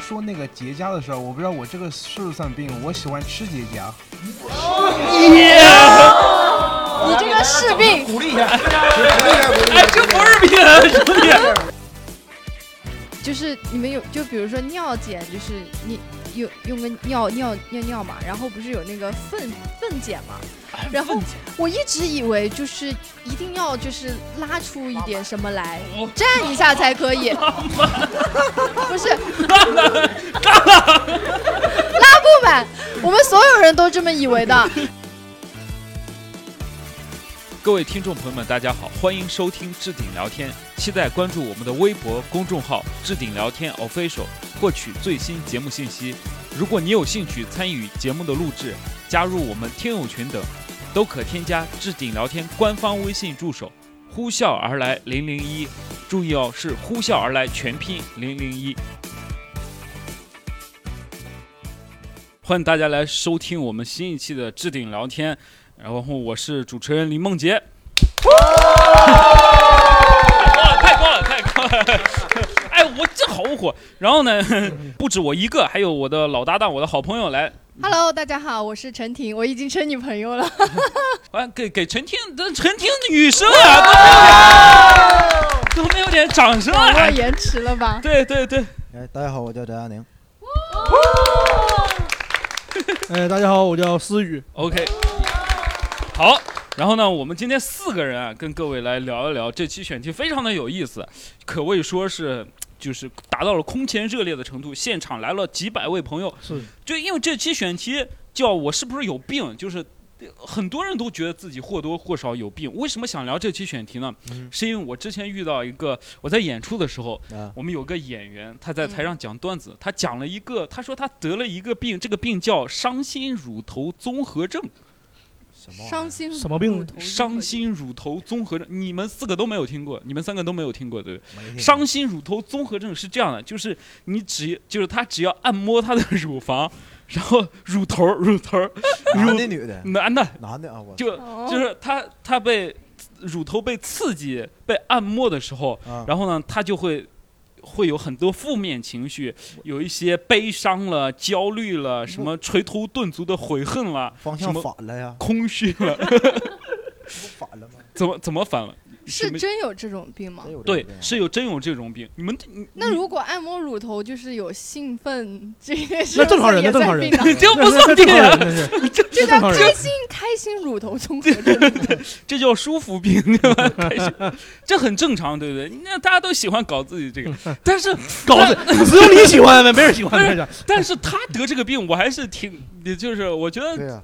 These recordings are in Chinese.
说那个结痂的时候，我不知道我这个是不是算病，我喜欢吃结痂。你这个是病，鼓励一下，哎，这不是病，兄弟。就是你们有，就比如说尿检，就是你有用个尿尿尿尿嘛，然后不是有那个粪粪检嘛，然后我一直以为就是一定要就是拉出一点什么来，站一下才可以， 不是拉不满，我们所有人都这么以为的。各位听众朋友们，大家好，欢迎收听置顶聊天，期待关注我们的微博公众号“置顶聊天 official”，获取最新节目信息。如果你有兴趣参与节目的录制，加入我们听友群等，都可添加置顶聊天官方微信助手“呼啸而来零零一”，注意哦，是“呼啸而来”全拼零零一。欢迎大家来收听我们新一期的置顶聊天，然后我是主持人林梦洁。哇，太高了，太高了！哎，我这好火。然后呢， 不止我一个，还有我的老搭档，我的好朋友来， Hello，大家好，我是陈婷，我已经成女朋友了。啊，给给陈婷，这陈婷女生啊，都没有点，都没有点掌声网络啊！延迟了吧？对对对，哎，大家好，我叫翟佳宁。 哎，大家好，我叫思雨。 OK，好，然后呢，我们今天四个人啊，跟各位来聊一聊这期选题，非常的有意思，可谓说是就是达到了空前热烈的程度，现场来了几百位朋友，是就因为这期选题叫我是不是有病，就是。呃很多人都觉得自己或多或少有病，为什么想聊这期选题呢？嗯是因为我之前遇到一个，我在演出的时候，啊，嗯我们有个演员，他在台上讲段子，他讲了一个，他说他得了一个病，这个病叫伤心乳头综合症。什么玩意儿伤心什么病乳头伤心乳头综合症，你们四个都没有听过，你们三个都没有听过，对不对？没听过伤心乳头综合症是这样的，就是你只就是他只要按摩他的 乳房，然后乳头儿乳头儿男的女的？男的男的啊，我就哦就是他他被乳头被刺激被按摩的时候，啊，然后呢他就会。会有很多负面情绪，有一些悲伤了、焦虑了，什么垂头顿足的悔恨了、方向反了呀，空虚了， 不反了吗？怎么怎么反了？是什么真有这种病吗真？有这对个病，啊是有真有这种病。你们你嗯那如果按摩乳头就是有兴奋 这件事，那正常人也那正算常 人 病啊这不算病这啊，是 这正叫常人开心开心乳头综 合症。这叫舒服病，对吧？ 开始这很正常，对不对？那大家都喜欢搞自己这个，但是狗子，只有你喜欢呗，没人喜欢。不是这是但是他得这个病， 我还是挺，就是我觉得对呀，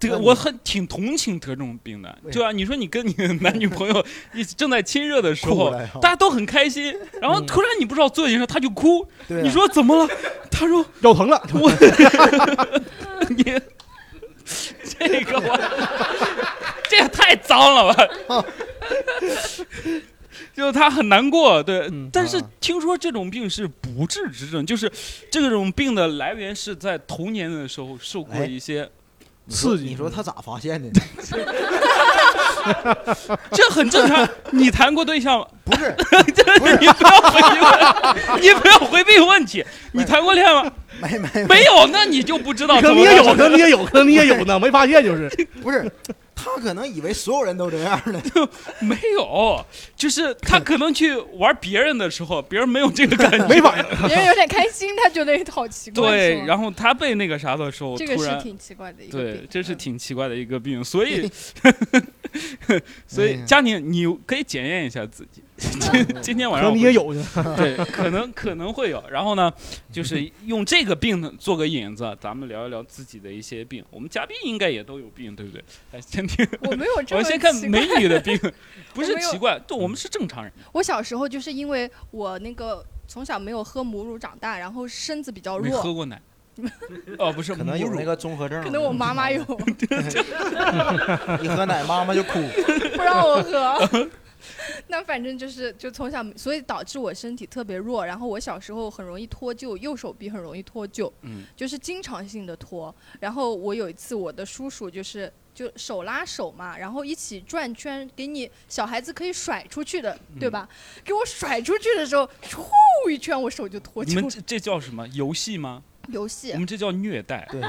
得那你我很挺同情得这种病的，对对啊，你说你跟你的男女朋友 一起正在亲热的时哭啊候了呀，大家都很开心，然后嗯突然你不知道做一件事，他就哭，对呀，啊你说怎么了？他说腰疼了， 我你这个我 这也太脏了吧！ 就是他很难过，对，嗯但是啊听说这种病是不治之症，就是这种病的来源是在童年的时候受过哎一些，你说刺激你说他咋发现的呢？ 这很正常。你谈过对象吗？ 不是，不是 你不要回避问， 你不要回避问题。你谈过恋爱吗？没没没有，那你就不知道可怎能你么也回有，事可能你也有，可能你也有呢，没发现就是。不是，他可能以为所有人都这样 呢。 没有，就是他可能去玩别人的时候，别人没有这个感觉，没反应。 别人有点开心，他觉得好奇怪。对，后然后他被那个啥的时候，这个突是然挺奇怪的一个病对，，这是嗯挺奇怪的一个病，所以 所哎以佳宁，你可以检验一下自己，今天嗯可晚上能你也有呢。我会， 对，可能可能会有。然后呢，就是用这个病呢做个引子，咱们聊一聊自己的一些病。我们嘉宾应该也都有病，对不对？来，先听，我没有我这么们先看奇怪美女 的病，不是我没有奇怪，对，我们是正常人，我小时候就是因为我那个从小没有喝母乳长大，然后身子比较没弱，喝过奶。哦，不是，可能有母乳那个综合症，可 能我妈妈有不一喝奶妈妈就哭， 让我喝。那反正就是就从小，所以导致我身体特别弱。然后我小时候很容易脱臼，右手臂很容易脱臼，嗯就是经常性的脱。然后我有一次，我的叔叔就是就手拉手嘛，然后一起转圈，给你小孩子可以甩出去的，嗯对吧？给我甩出去的时候，呼一圈，我手就脱你臼们了。这这叫什么游戏吗？游戏 我们这叫虐待对，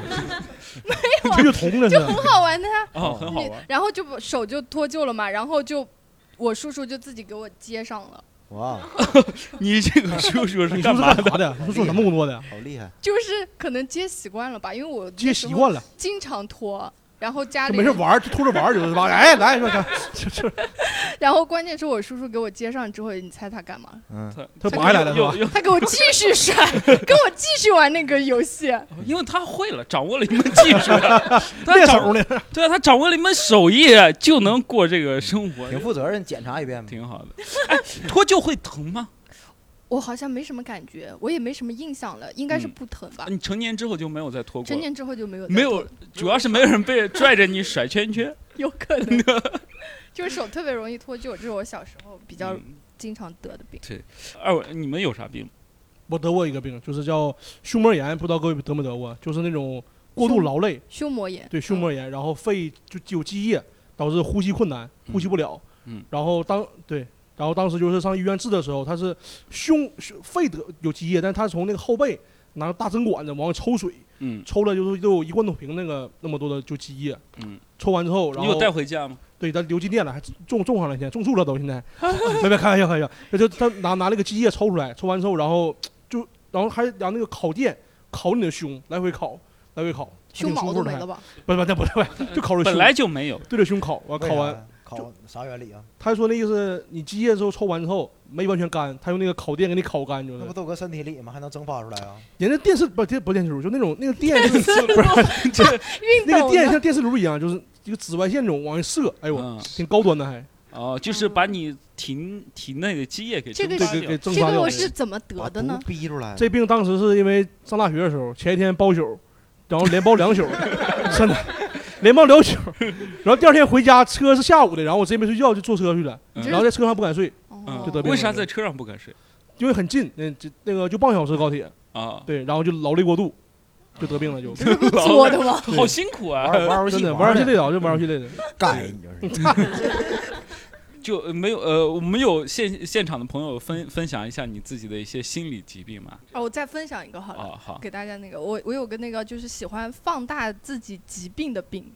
这就通了是就吧很好玩的呀、哦，很好你玩。然后就把手就脱臼了嘛，然后就我叔叔就自己给我接上了， 哇， 你这个叔叔是你是干不是嘛干的？啥的？你是做什么工作的？好厉害！就是可能接习惯了吧，因为我接习惯了，经常脱，然后家就里没事玩儿，就偷着玩儿就是吧？哎，来说看，就是 然后关键是我叔叔给我接上之后，你猜他干嘛？嗯，他绑下来了是吧又？又他给我继续甩，跟我继续玩那个游戏。因为他会了， 掌握了一门技术， 他练掌手呢，对啊，他掌握了一门手艺，就能过这个生活，挺负责任，检查一遍吧。挺好的。哎，脱臼会疼吗？我好像没什么感觉，我也没什么印象了，应该是不疼吧？你成年之后就没有再脱过成了，年之后就没有再嗯没有脱，主要是没有 人被拽着你甩圈圈。有可能，就是手特别容易脱臼，这是我小时候比较嗯经常得的病。 二位，你们有啥病？我得过一个病，就是叫胸膜炎，不知道各位得没得过？就是那种过度劳累，胸膜炎，对胸膜炎，然后肺就有积液，导致呼吸困难，呼吸不了。嗯然后当对，然后当时就是上医院治的时候，他是胸胸肺得有积液，但是他从那个后背拿个大针管子往外抽水，嗯，抽了就是都有一罐头瓶那个那么多的就积液。嗯，抽完之后，然你后有带回家吗？对，他留纪念了，还种种上了，现在种树了都现在。 没没，开玩笑，开玩笑。那就他拿拿那个鸡液抽出来，抽完之后，然后就然后还拿那个烤电烤你的胸，来回烤，来回烤，胸毛都没了吧？吧？不是不是不是，就烤着胸，本来就没有，对着胸烤，完烤完，嗯考啥原理啊？他说那意思，你鸡液之后抽完之后没完全干，他用那个烤电给你烤干，就那是不都搁身体里吗？还能蒸发出来啊？人家电视不电不是电磁炉，就那种那个电就是不是运那个动电呢像电磁炉一样，就是一个紫外线那种往外射，哎呦，嗯，挺高端的还，哦，就是把你体体内的积液给嗯这个蒸对发给掉给蒸这发个掉我了。是怎么得把的毒呢？逼出来。这病当时是因为上大学的时候，前一天包宿，然后连包两宿， 真的连包两宿，然后第二天回家，车是下午的，然后我直接没睡觉就坐车去了，嗯然后在车上不敢睡，哦嗯，就得病为啥在车上不敢睡因为很近，嗯，就那个就半个小时高铁，啊？对，然后就劳累过度，就得病了就。这不是作的吗？ 好辛苦啊！玩玩游真戏，的，玩游戏的累倒就玩游戏累的，该你就是。 就呃没有呃，我们有现现场的朋友分分享一下你自己的一些心理疾病嘛？哦，我再分享一个好了，哦，好，给大家那个，我我有个那个就是喜欢放大自己疾病的病，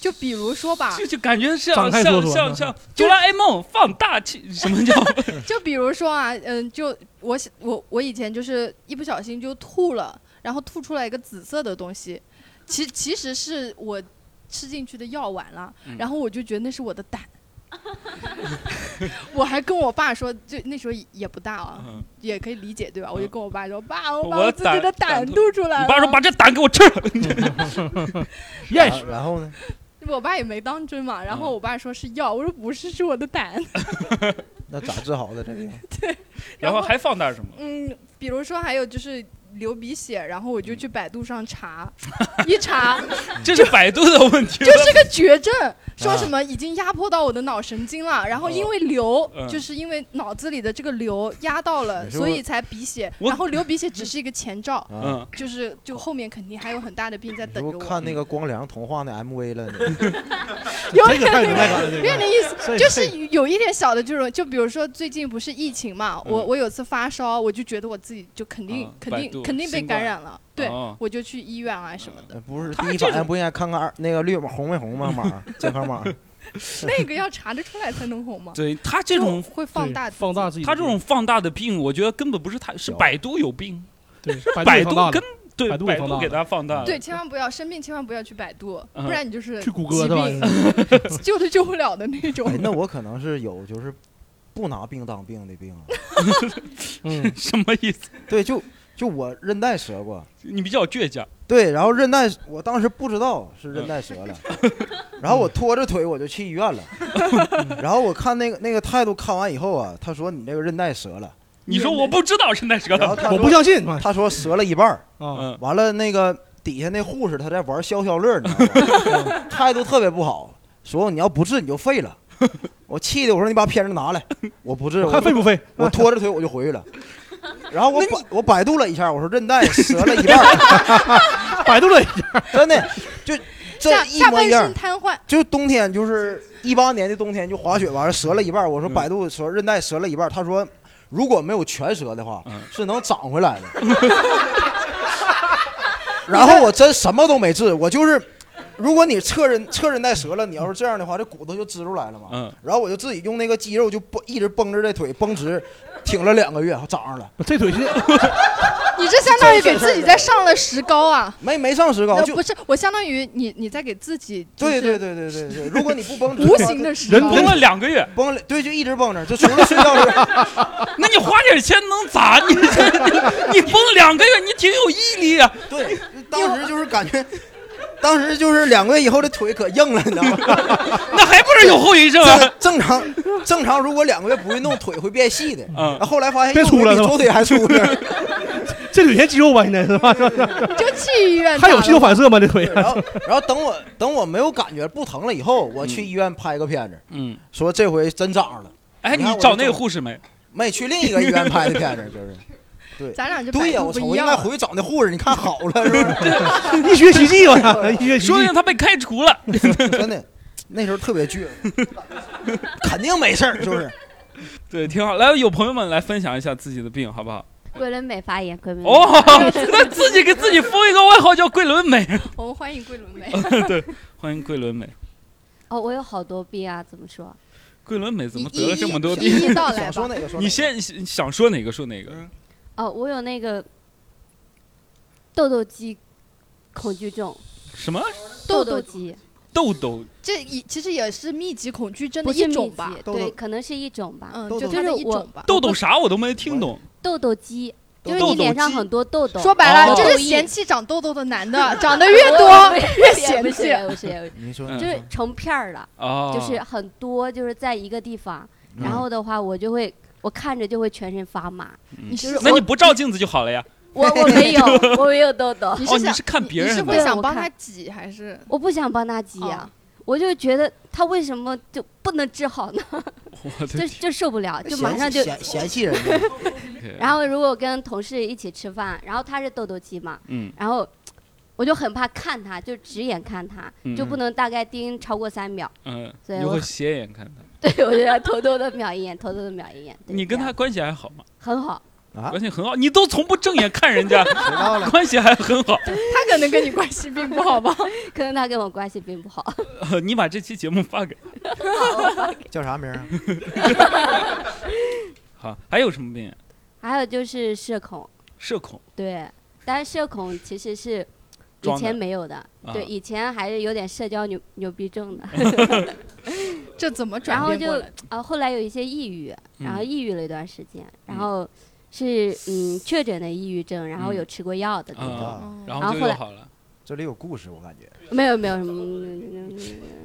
就比如说吧， 就就感觉像展开像说说像像哆啦 A 梦放大器， 什么叫 就比如说啊，嗯，就我喜我我以前就是一不小心就吐了，然后吐出来一个紫色的东西，其其实是我吃进去的药丸了，嗯然后我就觉得那是我的胆。 我还跟我爸说，就那时候也不大啊，嗯？也可以理解对吧？我就嗯跟我爸说，爸，我我把我的自己胆的胆胆吐吐出来了。你爸说把这胆给我吃了， 厌然后嗯然后呢？我爸也没当真嘛，然后嗯我爸说是药，我说不是，是我的胆。 那咋治好的这病？然然后后还放大什么？嗯，比如说还有就是流鼻血，然后我就去嗯百度上查， 一查这是百度的问题 就。是个绝症，说什么已经压迫到我的脑神经了，然后因为瘤嗯嗯，就是因为脑子里的这个瘤压到了，你是不所是以才鼻血，我然后流鼻血只是一个前兆。啊，嗯，就是，就后面肯定还有很大的病在你是等不着是我，看那个光良童话那 MV 了呢？有这个太能点耐 感了，这有点个那意思，这就是有一点小的这种，就比如说最近不是疫情嘛，我我有次发烧，我就觉得我自己就肯定啊肯百度定肯定被新冠感染了，对哦，我就去医院啊什么的，呃不是他第一这反种应不应该看看二那个绿码红没红吗？码健康 码， 那个要查得出来才能红嘛。嗯对他这种就会放大对放大自己的他病，这种放大的病，我觉得根本不是他，是有百度有病， 对百百度也度放大了跟对百度百放大了度给他放大了。对，千万不要生病，千万不要去百度，嗯不然你就是去谷呃疾歌是吧？ 病救都救不了的 那种哎。那我可能是有就是不拿病当病的病啊。 嗯，什么意思？对，就就我韧带折过，你比较倔强，对，然后韧带我当时不知道是韧带折了，然后我拖着腿我就去医院了，然后我看那个那个态度看完以后啊，他说你这个韧带折了，你说我不知道是那什然后么？他我不说相信，妈他说折了一半儿，啊，嗯，完了那个底下那 护士他在玩消消乐，你知道吗？态度特别不好，说你要不治你就废了。我气的我说你把片子拿来，我不治，我看废不废？我拖着腿我就回去了。然后我百我百度了一下，我说韧带折了一半儿， 百度了一下，真的就这下一下模半一样身。瘫痪，就冬天，就是一八年的冬天，就滑雪完了折了一半儿。我说百度说韧带折了一半儿，他说如果没有全折的话，是能长回来的。然后我真什么都没治，我就是，如果你侧韧侧韧带折了，你要是这样的话，这骨头就支出来了嘛。嗯，然后我就自己用那个肌肉就绷，一直绷着这腿绷直，挺了两个月，长上了。这腿是你这相当于给自己在上了石膏啊！没没上石膏那就不是我相当于你你在给自己就是对对对对对对，如果你不绷直， 无形 的石膏，崩了两个月，绷了对就一直绷着，就除了睡觉 之外，那你花点钱能咋？ 你这 你你崩两个月，你挺有毅力啊！对，当时就是感觉，当时就是两个月以后这腿可硬了，你知道吗？ 那还不是有后遗症啊？正正常正常，如果两个月不运动，腿会变细的。嗯然后后来发现变右腿粗了比是吧左腿还粗呢。这腿全肌肉吧？现在是 吧？是吧就去医院还有打肌肉了反射吗？这腿？ 然后然后等我等我没有感觉不疼了以后，我去医院拍个片子，嗯，说这回真长了，哎，你找那个护士没？ 没去另一个医院拍的片子， 就是。咱俩就对呀、百我度操！不我一应样该啊了。回去找那护士，你看好了是不是？ 医学奇迹，我操！医学奇迹说不。定他被开除 了。真的，那时候特别 倔，肯定没事儿， 就是对，挺好。来，有朋友们来分享一下自己的病，好不好？桂纶镁发言，嗯桂纶镁哦， 那自己给自己封一个外号叫桂纶 镁。 我们欢迎桂纶镁。对，欢迎桂纶镁。 哦，我有好多病啊，怎么说？桂纶镁怎么一得了这么多一病？一一道来想吧说，哪个说哪个嗯你先你想说哪个说哪个。哦，我有那个痘痘肌恐惧症，什么痘痘痘痘肌痘痘？这一其实也是密集恐惧症的不是一密种吧集？痘对，痘可能是一种吧。嗯，痘就痘它的就是一我种吧。痘痘啥我都没听懂。痘痘肌就是痘你痘脸上肌很多痘痘。说白了，哦这是嫌弃长痘痘的男 的，长得越多 越嫌不是弃。不是，不是你说嗯就是成片儿了，哦，就是很多，就是在一个地方。嗯然后的话，我就会我看着就会全身发麻。你是嗯那我你不照镜子就好了呀？我我没有，我没有痘痘，你哦是你想是看别你人是的会想对帮我他看挤还是？我不想帮他挤啊哦，我就觉得他为什么就不能治好呢？我 的就啊就受不了，就马上就。哎嫌嫌弃人 家，天！然后如果跟同事一起吃饭，然后他是痘痘肌嘛，嗯，然后我就很怕看他，就直眼看他，就不能大概盯超过三秒。 嗯，所以你我会斜眼看他。对，我就要偷偷的瞄一眼，偷偷的瞄一眼。对你跟这他样关系还好吗？很好，啊关系很好，你都从不正眼看人家， 知道了。关系还很好。他可能跟你关系并不好吧？ 可能他跟我关系并不好。 呃你把这期节目发给他叫啥名儿啊？ 好，还有什么病？啊还有就是社恐，社恐。对，但是社恐其实是以装的前没有的，啊对，以前还是有点社交牛牛逼症 的，这怎么转然后变就过来的？啊，后来有一些抑郁，然后嗯抑郁了一段时间，嗯然后是嗯确诊的抑郁症，然后嗯有吃过药的那种，啊啊，然然后后就后又来好了。这里有故事，我感觉。没有没有什么，嗯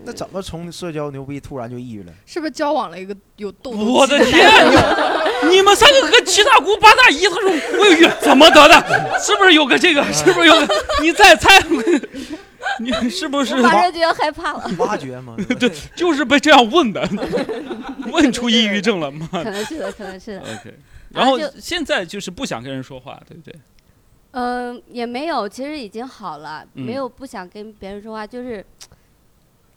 那怎么从社交牛逼突然就抑郁了？是不是交往了一个有痘痘？我的！天！啊 你你们三个跟七大姑八大姨，他说我有孕， 怎么得的？是不是有 个这个？是不是有个？你再猜， 你是不是 马上就要害怕 了，挖掘吗？对，就是被这样 问的，问出抑郁症了吗可能是的，可能是的， ？OK。然然后后就现在就是不想跟人说话，对不对？嗯、也没有，其实已经好了，嗯没有不想跟别人说话，就是。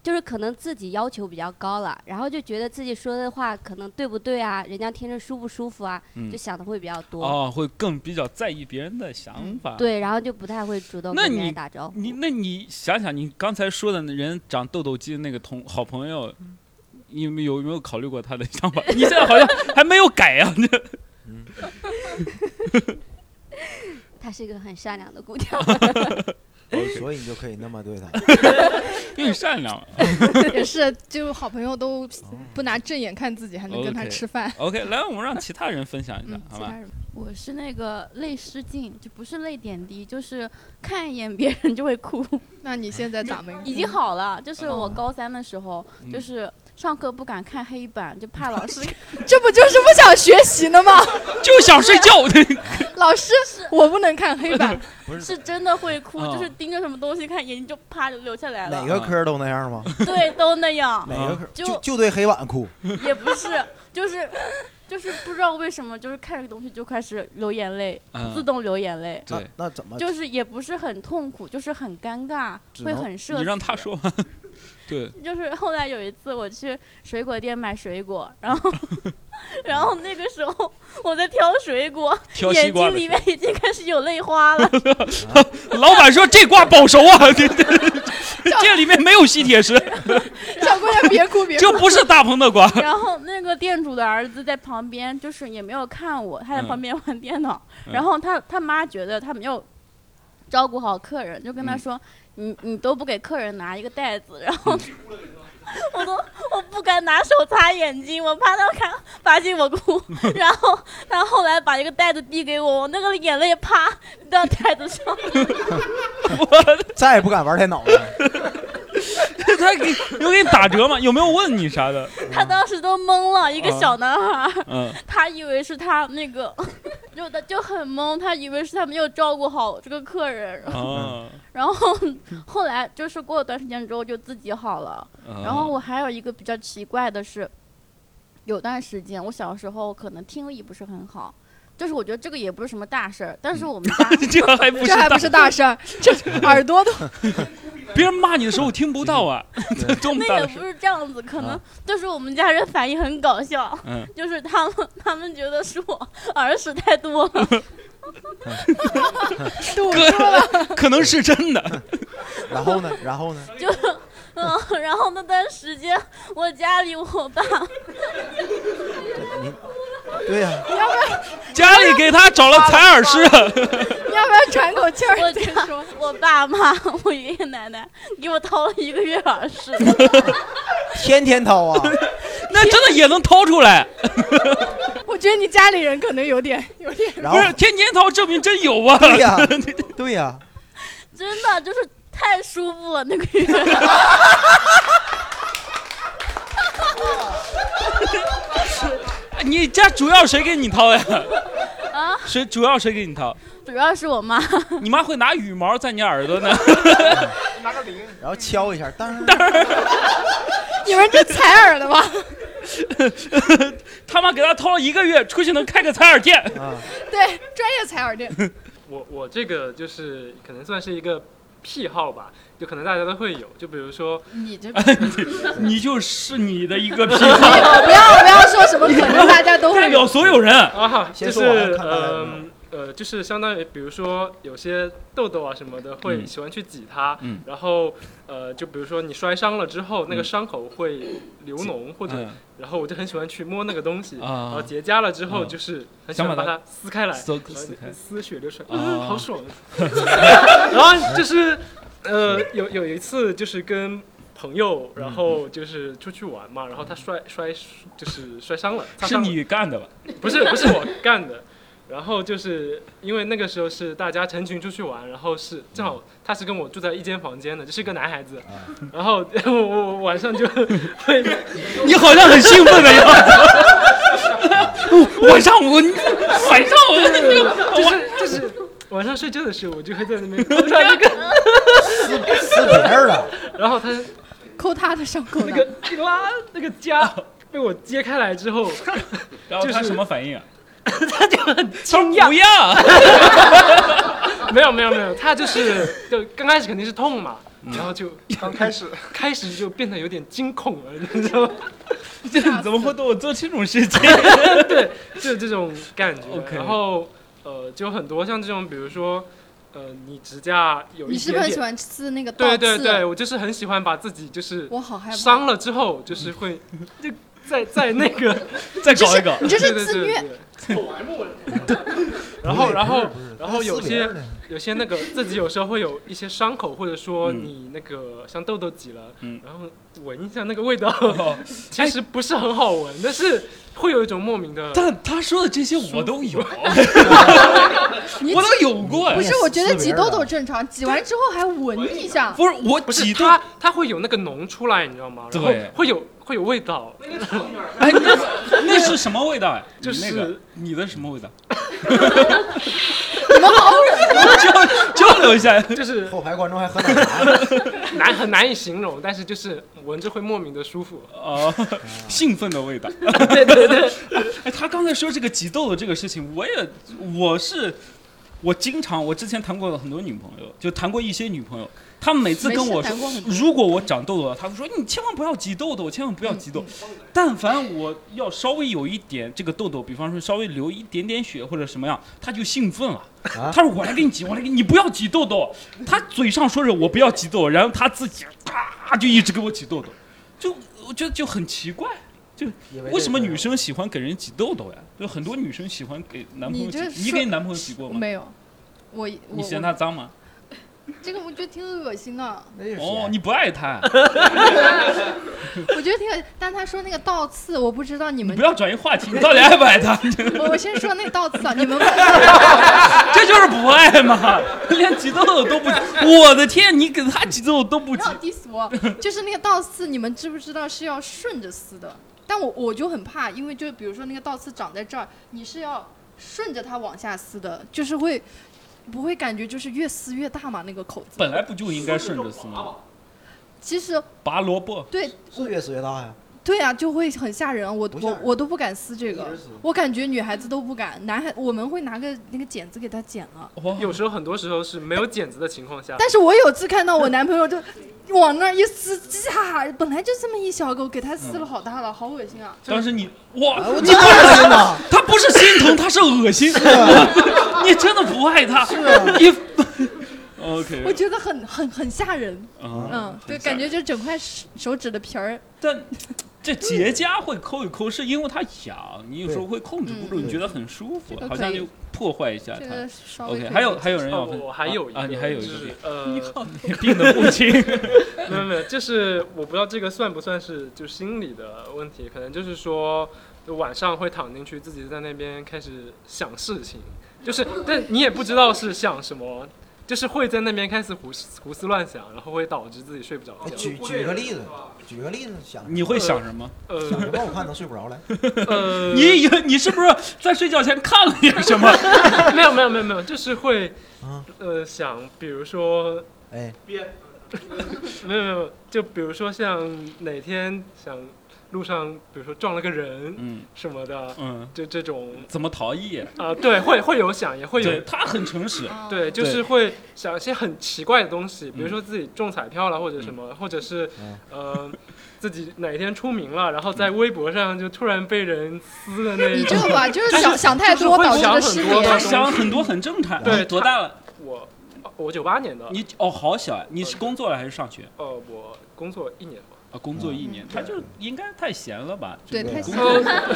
就是可能自己要求比较高了，然后就觉得自己说的话可能对不对啊，人家听着舒不舒服啊，嗯就想的会比较多。哦，会更比较在意别人的想法。，对，然后就不太会主动那跟别你人打招呼。你那 你想想，你刚才说的那人长痘痘肌的那个同好朋友，嗯你有没有有没有考虑过他的想法？ 你现在好像还没有改啊呀、这嗯她是一个很善良 的姑娘， 哦哎 所以你就可以那么对他。因为你 善良。也是，就好朋友都不拿正眼看自己，还能跟他哦 OK 吃饭。 OK，来，我们让其他人分享一下嗯，，好其他吧？人我是那个泪失嗯禁，就不是泪点滴，就是看一眼别 人就会哭。那你现在咋没？哦已经好了，就是我高三的时候，嗯就是上课不敢看黑板，就怕老 师这不就是不想学习呢吗？ 就想睡觉。老师，我不能看黑板，不是是真的会哭，啊就是盯着什么东西看，眼睛就啪就流下来嗯哪个了。科都那样吗？对，都那样，哪个科啊就就就对黑板哭？也不是，就是就是不知道为什么，就是看这个东西就开始流眼泪，嗯自动流眼泪。那对，那怎么？就是也不是很痛苦，就是很尴尬，只会能很社。你让他。说 完。对，就是后来有一次我去水果店买水果，然 后然后那个时候我在挑水果，挑西眼睛瓜的里时面已经开始有泪花了。候。 老板说这瓜保熟啊， 这这 这里面没有吸铁石，小姑娘 别 哭别哭这。不是大棚的瓜。 然后那个店主的儿子在旁边，就是也没有看我，他在嗯旁边玩电脑。嗯然后他他妈觉得他没有照顾好客人，就跟嗯他说：“你你都不给客人拿一个袋子。”然嗯后 我都我不敢拿手擦眼睛，我怕他看发现我 哭。然后他后来把一个袋子递给我，我那个眼泪啪到袋子上。再也不敢玩电脑了。 他给有给你打折吗？有没有问你啥的？他当时都懵了，一个啊小男孩。嗯，他以为是他那个， 就他就很懵，他以为是他没有照顾好这个客人，然后啊， 然后后来就是过了段时间之后就自己好了。嗯然后我还有一个比较奇怪的是，有段时间我小时候可能听力不是很好，就是我觉得这个也不是什么大事儿，但是我们家 这还不这还不是大事儿，这耳朵都 别人骂你的时候听不到啊，这么那大也的事不。是这样子，可能啊就是我们家人反应很搞笑，嗯 就是他们他们觉得是我耳屎太 多 了，堵哥住了。可能是真的。 然后呢？然后呢？嗯，然后那段时间我家里我爸你对呀、你要不要 家里 给他找了采耳师，你要不要喘口气儿？ 我再家说，我爸妈、我爷爷奶奶给我掏了一个月耳屎， 天天掏啊， 那真的也能掏出来。 我觉得你家里人可能有点有点。然后 不是天天掏，证明真有啊。对 呀、对呀、真的就是太舒服了那个月。你家主要谁给你掏呀？ 啊，谁主要谁给你掏？主要是我妈，你妈会拿羽毛在你耳朵呢？拿个铃， 然后敲一下，当 你们这采耳的吗？ 他妈给他掏了一个月，出去能开个采耳店。啊，对，专业采耳店。我我这个就是可能算是一个癖好吧，就可能大家都会有。就比如说，你 这你就是你的一个癖好， 不要不要说什么，可能大家都代会表所有人。啊，先就说完是看大家有没有嗯呃，就是相当于，比如说有些痘痘啊什么的，会嗯喜欢去挤它，嗯然后呃，就比如说你摔伤了之后，嗯那个伤口会流脓，或者、嗯然后我就很喜欢去摸那个东西，啊然后结痂了之后，嗯就是很喜想欢把把它它撕开来，撕然后撕开丝血流出来，啊嗯，好 爽。然后就是呃，有有一次就是跟。朋友，然后就是出去玩嘛，然后他摔摔就是摔伤了，擦是伤了你干的吧？ 不是不是我干的。然后就是因为那个时候是大家成群出去玩，然后是正嗯好他是跟我住在一间房间的，就是个男孩子，啊然后我我我晚上就 会你好像很兴奋的样子。 晚上我，晚上我，就是就是晚上睡觉的时候，我就会在 那边碰上 那个，撕别人了， 然后他抠他的伤口那呢。个那个啊那个家被我揭开来之后， 然后他什么反应啊？他就很惊不讶，要， 没有没有没有，他就是就刚开始肯定是痛嘛，嗯然后就刚开始开始就变得有点惊恐了，你知道 吗？这怎么会对我做这种事 情？就是这种感觉。 OK 然后呃，就很多像这种，比如说呃，你指甲有你一是点不是很点，喜欢刺那个倒对刺？啊对对，我就是很喜欢把自己就是我好害怕。伤了之后，就是会 就在 在那个，再搞一搞，你这对是对自对 虐，对。然后，然后，然后有撕别些人了有些 那个自己有时候会有一些伤口，或者说嗯你那个像痘痘挤了，嗯然后闻一下那个 味道，哦 其实不是很好闻，但是会有一种莫名的。但他说的这些我都 有， 我都有过哎不呀。是？我觉得撕挤别人痘了痘正常，挤完之后还闻一下。不是我不是挤它痘，，它会有那个脓出来，你知道吗？然后对会有会有味道，哎，那那是 什么味道呀？就你是那个你的什么味道？你们好交 交流一下，就是后排观众还啊喝奶茶， 难很难以形容，但是就是闻着会莫名的舒服。哦，兴奋的味道。对对对， 哎，他刚才说这个极豆的这个事情，我也我是我经常我之前谈过很多女朋友，就谈过一些女朋友，她们每次跟我没事谈过说很，多如果我长痘痘了，她会说你千万不要挤痘痘，千万不要挤痘。嗯但凡我要稍微有一点这个痘痘，比方说稍微流一点点血或者什么样，她就兴奋了。啊她说我来给你挤，我来给你，你不要挤痘痘。她哦嘴上说着我不要挤痘，然后她自己啊就一直给我挤痘痘，就我觉得就很奇怪。为什么女生喜欢给人挤痘痘呀？就很多女生喜欢给男朋友你挤这，你说给你男朋友挤过吗？没有，我我你嫌我他脏吗？ 这个我觉得挺恶心啊那的，是谁 哦，你不爱他， 我觉得挺恶心。但他说那个倒刺，我不知道你你们不，要转移话题，你到底爱不爱他？ 我我先说那个倒刺啊，你们这就是不爱嘛！连挤痘痘都不，我的天，你给他挤痘痘 都不不挤要 diss 我，就是那个倒刺，你们知不知道是要顺着撕的？但我我就很怕，因为就比如说那个倒刺长在这儿，你是要顺着它往下撕的，就是会不会感觉就是越撕越大嘛？那个口子。本来不就应该顺着撕吗？其实拔萝卜，对是越撕越大呀？对啊，就会很吓人啊。我不吓我人我都不敢撕这个一直撕，我感觉女孩子都不敢，男孩我们会拿个那个剪子给他剪了。哇， 有时候很多时候是没有剪子的情况下，但是我有次看到我男朋友就往那儿一撕，呀，本来就这么一小个，我给他撕了好大了，好恶心啊！当时你啊哇，我挺恶心的。他不是心疼，他是恶心， 你真的不爱他，你 OK，我觉得很很很吓人，嗯嗯，对，感觉就整块手手指的皮儿，但这结痂会抠一抠，是因为它痒，你有时候会控制不住，嗯你觉得很舒服这，个好像可以就破坏一下这它个。稍微 OK，可以还有还有人要哦 分，我还有一个啊，你还有一就个是呃， 病的不轻，没有没有，就是我不知道这个算不算是就心理的问题，可能就是说就晚上会躺进去，自己在那边开始想事情，就是但你也不知道是想什么，就是会在那边开始胡思胡思乱想，然后会导致自己睡不着哎觉举。举个例子，举个例子，想你会想什么？呃想什么？我看能睡不着来。 呃，你有你是不是在睡觉前看了点什么？ 没有没有没有没有，就是会啊，呃，想比如说，哎，没有没有，就比如说像哪天想路上，比如说撞了个人嗯什么的，嗯，就这种怎么逃逸？啊、对，会会有想，也会有对，他很诚实。哦对，就是会想一些很奇怪的东西，嗯比如说自己中彩票了，或者什么，或者是嗯呃，自己哪天出名了，然后嗯在微博上就突然被人撕的那你这种。个 吧，就是就是想想太就是多会导致想的很失多眠他的。想很多很正 常。对你多大了？我哦我九八年的，你哦，好小啊！你是工作了还是上学？呃，我工作嗯一年吧。啊，工作一年，他就应该太闲了吧？对，太工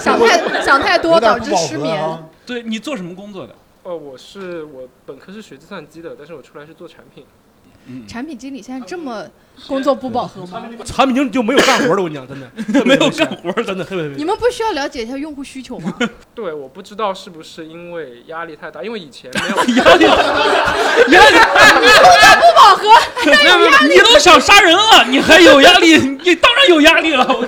想 想作太想太多有点导致不饱失和眠 啊。。对你做什么工作的？呃，我是我本科是学计算机的，但是我出来是做产品。嗯，产品经理现在这么工作不饱和吗？ 产品经理就没有干活的，我跟你讲， 真的没有啊干活的真。的特别特别你。们不需要了解一下用户需求吗？对，我不知道是不是因为压力太大，因为以前没有 压力，压力，你不饱和，你都想杀人了，你还有压力？你当然有压力 了。我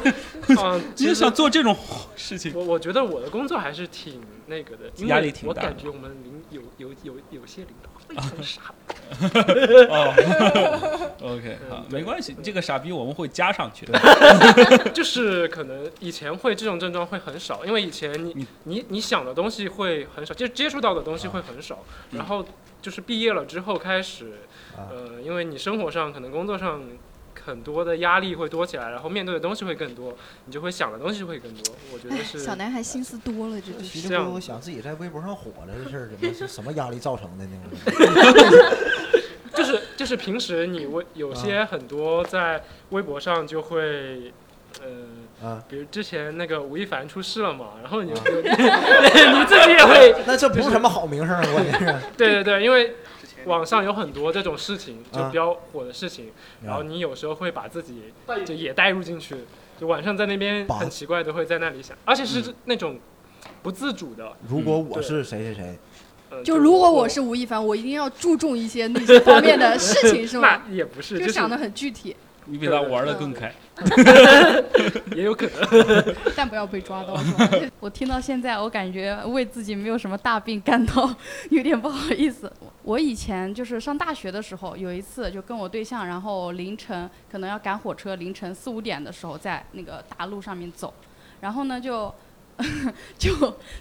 嗯，你其实想做这种事情，我我觉得我的工作还是挺那个的，因为压力挺我大的啊感觉我们领有有有有些领导非常傻。 嗯哦，OK，好，没关系，这个傻逼我们会加上去的。 就是可能以前会这种症状会很少，因为以前你你你你想的东西会很少，就接触到的东西会很少。嗯然后就是毕业了之后开始，啊呃，因为你生活上可能工作上很多的压力会多起来，然后面对的东西会更多，你就会想的东西会更多。我觉得哎， 是小男孩心思多了，这就是徐这志样波想自己在微博上火了这事儿，怎么是什么压力造成的 呢？就是就是平时你微啊有些很多在微博上就会，呃。啊，比如之前那个吴亦凡出事了嘛，然后你就、啊你自己也会， 那这不是什么好名声啊，关键是。对对对，因为网上有很多这种事情，就啊比较火的事情，然后你有时候会把自己就也带入进去，就晚上在那边把嗯很奇怪的会在那里想，而且是那种不自主的，如果我是谁谁谁，嗯、就如果我是吴亦凡，我一定要注重一些那些方面的事情，是吗？那也不是，就就是想的很具体。你比他玩的更开。 也有可能。 但不要被抓到。是吧 我听到现在，我感觉为自己没有什么大病感到 有点不好意思。我以前就是上大学的时候，有一次就跟我对象，然后凌晨可能要赶火车，凌晨四五点的时候在那个大路上面走，然后呢就就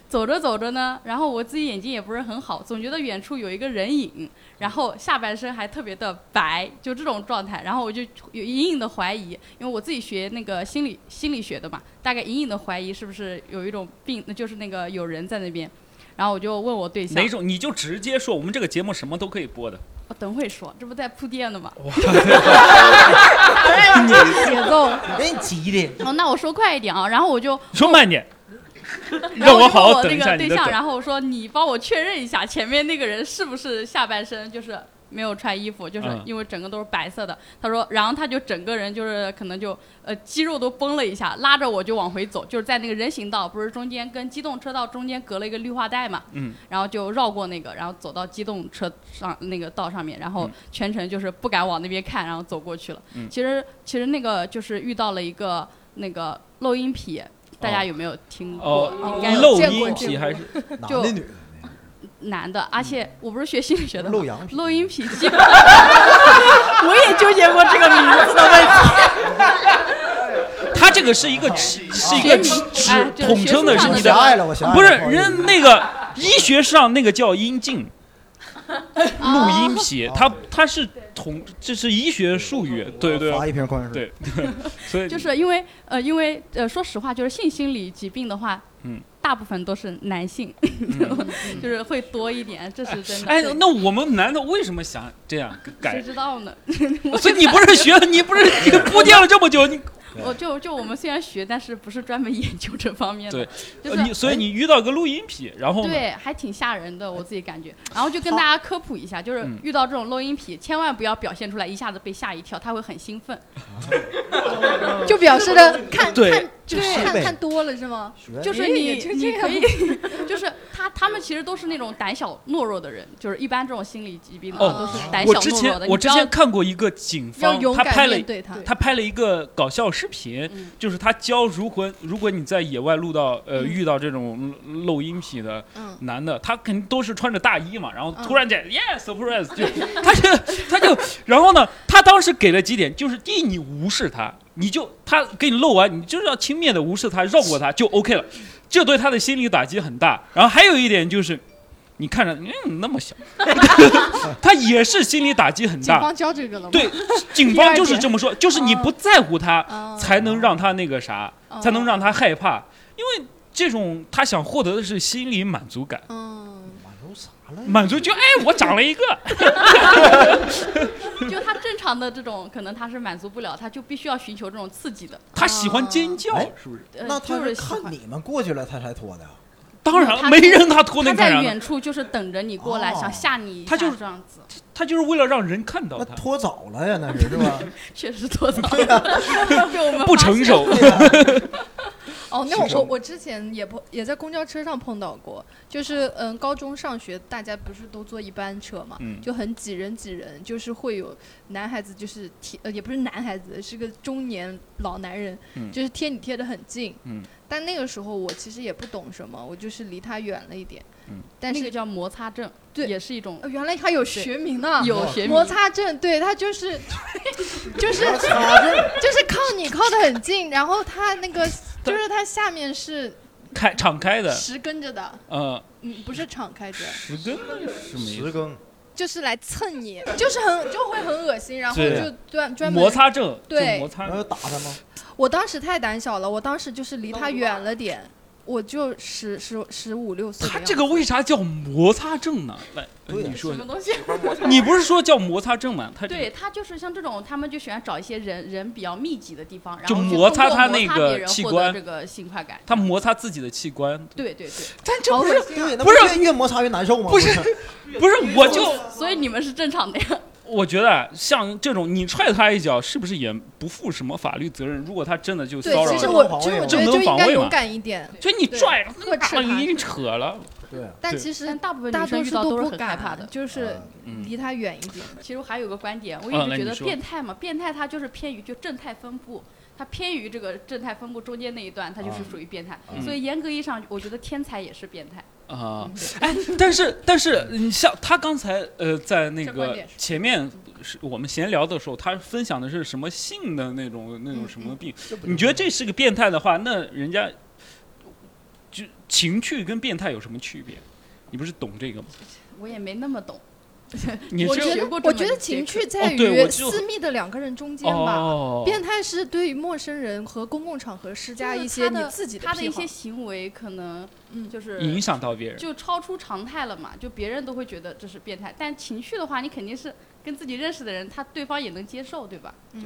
走着走着呢，然后我自己眼睛也不是很好，总觉得远处有一个人影，然后下半身还特别的白，就这种状态，然后我就有隐隐的怀疑，因为我自己学那个心理心理学的嘛，大概隐隐的怀疑是不是有一种病，那就是那个有人在那边，然后我就问我对象哪，种你就直接说，我们这个节目什么都可以 播的。我等会说，这不在铺垫呢吗？节奏，给哎你急的，哦，那我说快一点啊，然后我就说慢点，然让后我就好好问那等一下个你对的象，梗然后我说你帮我确认一下，前面那个人是不是下半身就是没有穿衣服，就是嗯因为整个都是白色的。他说，然后他就整个人就是可能就呃肌肉都绷了一下，拉着我就往回走，就是在那个人行道，不是中间跟机动车道中间隔了一个绿化带嘛，嗯，然后就绕过那个，然后走到机动车上那个道上面，然后嗯全程就是不敢往那边看，然后走过去了。嗯其实其实那个就是遇到了一个那个漏音癖，大家有没有听过？哦应该有漏见过音见体过还是男就的女男的，而且我不是学心理学的，的露吗？阳皮，漏 音癖 基本，我也纠结过这个名字的问题。他这个是一个是是一学个名指哎指就是统学称术的上的是你这的个狭隘了，我狭隘了，不是好意思人那个医学上那个叫阴茎， 哦录音癖，它哦它是统，这是医学术语，对对罚一瓶矿泉水。对对，所以就是因为呃，因为呃，说实话，就是性心理疾病的话，嗯，大部分都是男性， 就是会多一点，这是真的。哎对，那我们男的为什么想这样改谁？知道呢？ 所以你不是学，你 不是你铺垫了这么久，你我就就我们虽然学，但是不是专门研究这方面的，就呃是你所以你遇到个录音癖，然后呢？对，还挺吓人的，我自己感觉。然后就跟大家科普一下，就是嗯遇到这种漏音癖，千万不要表现出来，一下子被吓一跳，他会很兴 奋。嗯就表示的看对看就是是看呗看多了是吗？学就是哎你也就你这可样以， 就是他他们其实都是那种胆小懦弱的人，就是一般这种心理疾病的哦话都是胆我小之懦弱的。前你不我之要前看过一个警要方，勇他拍敢了面对它。他拍了一个搞笑视频，嗯就是他教如何，如果你在野外录到呃、遇到这种漏音癖的嗯男的，他肯定都是穿着大衣嘛，然后嗯突然间、耶 surprise 就他就他就，然后呢，他当时给了几点，就是第一你无视他，你就他给你漏完，你就是要轻蔑的无视他，绕过他就 OK 了，这对他的心理打击很大。然后还有一点就是。你看着，嗯，那么小，他也是心理打击很警大。方教这个了吗？对，警方就 是这么说，就是你不在乎他，啊，哦才能让他那个啥，哦才能让他害怕，因为这种他想获得的是心理满足感，嗯，满足啥了？满足就哎，我长了一个， 就他正常的这种，可能他是满足不了，他就必须要寻求这种刺激的。他喜嗯欢尖叫，哎是不是？呃那他就是是喜欢看你们过去了，他才脱的。当然了，他没人他拖那啊他干在啥呢？远处就是等着你过来，哦想吓你一他下，就是这样子，他就是为了让人看到那他脱早了呀，那是是 吧？确实多早了， 被我们不发成现熟，哦，那是什我么我之前也不也在公交车上碰到过，就是嗯，高中上学大家不是都坐一班车嘛，嗯就很挤人挤人，就是会有男孩子就是贴呃也不是男孩子，是个中年老男人，嗯就是贴你贴得很近，嗯但那个时候我其实也不懂什么，我就是离他远了一点，嗯但那是、个叫摩擦症，对也是一种呃原来他有学名呢，有学摩名。擦症，对他就是 就是擦着就是靠你靠得很近，然后他那 个就是他下面是开敞开的，实跟着的。呃，嗯，不是敞 开着，十根是没十更，就是来蹭你，就是很就会很恶心，然后对就专专门摩。擦症，对就摩擦然后打他吗？我当时太胆小了，我当时就是离他远了点，我就十十十五六岁的他样子。这个为啥叫摩擦症呢？来，呃对啊你说什一下么，东西？ 你不是说叫摩擦症吗？他这个对他就是像这种，他们就喜欢找一些人人比较密集的地方，然就后去摩通擦过他摩那擦个别人器获官得这个性快感。他摩擦自己的器官，对对对，但这好哦不恶是心啊！对，那不是越越摩擦越难受吗？不是不是，我就所以你们是正常的呀？我觉得啊像这种你踹他一脚，是不是也不负什么法律责任？如果他真的就对骚，扰其实了我防其实卫我嘛觉得正就当应防该卫勇嘛敢一点，就你对拽，呵斥那他你扯了，对， 但对其实但大部分大女多生遇数到都是不很害敢，怕的。就是嗯，离他远一点。其实我还有个观点，我啊一直觉来你得说变态嘛，变态它就是偏于就正态分布，它偏于这个正态分布中间那一段，它就是啊属于变态。嗯所以严格意义上，我觉得天才也是变态。 啊，哎，但是但是你像他刚才呃在那这观个点是前面是我们闲聊的时候，他分享的是什么性的那种那种什嗯么病？你觉得这是个变态的话，那人家就情趣跟变态有什么区别？你不是懂这个吗？我也没那么懂，你我这觉学得过这我么觉一得节情课趣在哦对我于就私密的两个人中间吧。哦，变态是对于陌生人和公共场合施加就是一些他你的自己的他的癖一好些。行为可能嗯就是影响到别人。就超出常态了嘛，就别人都会觉得这是变态。但情绪的话，你肯定是跟自己认识的人，他对方也能接受，对吧？嗯，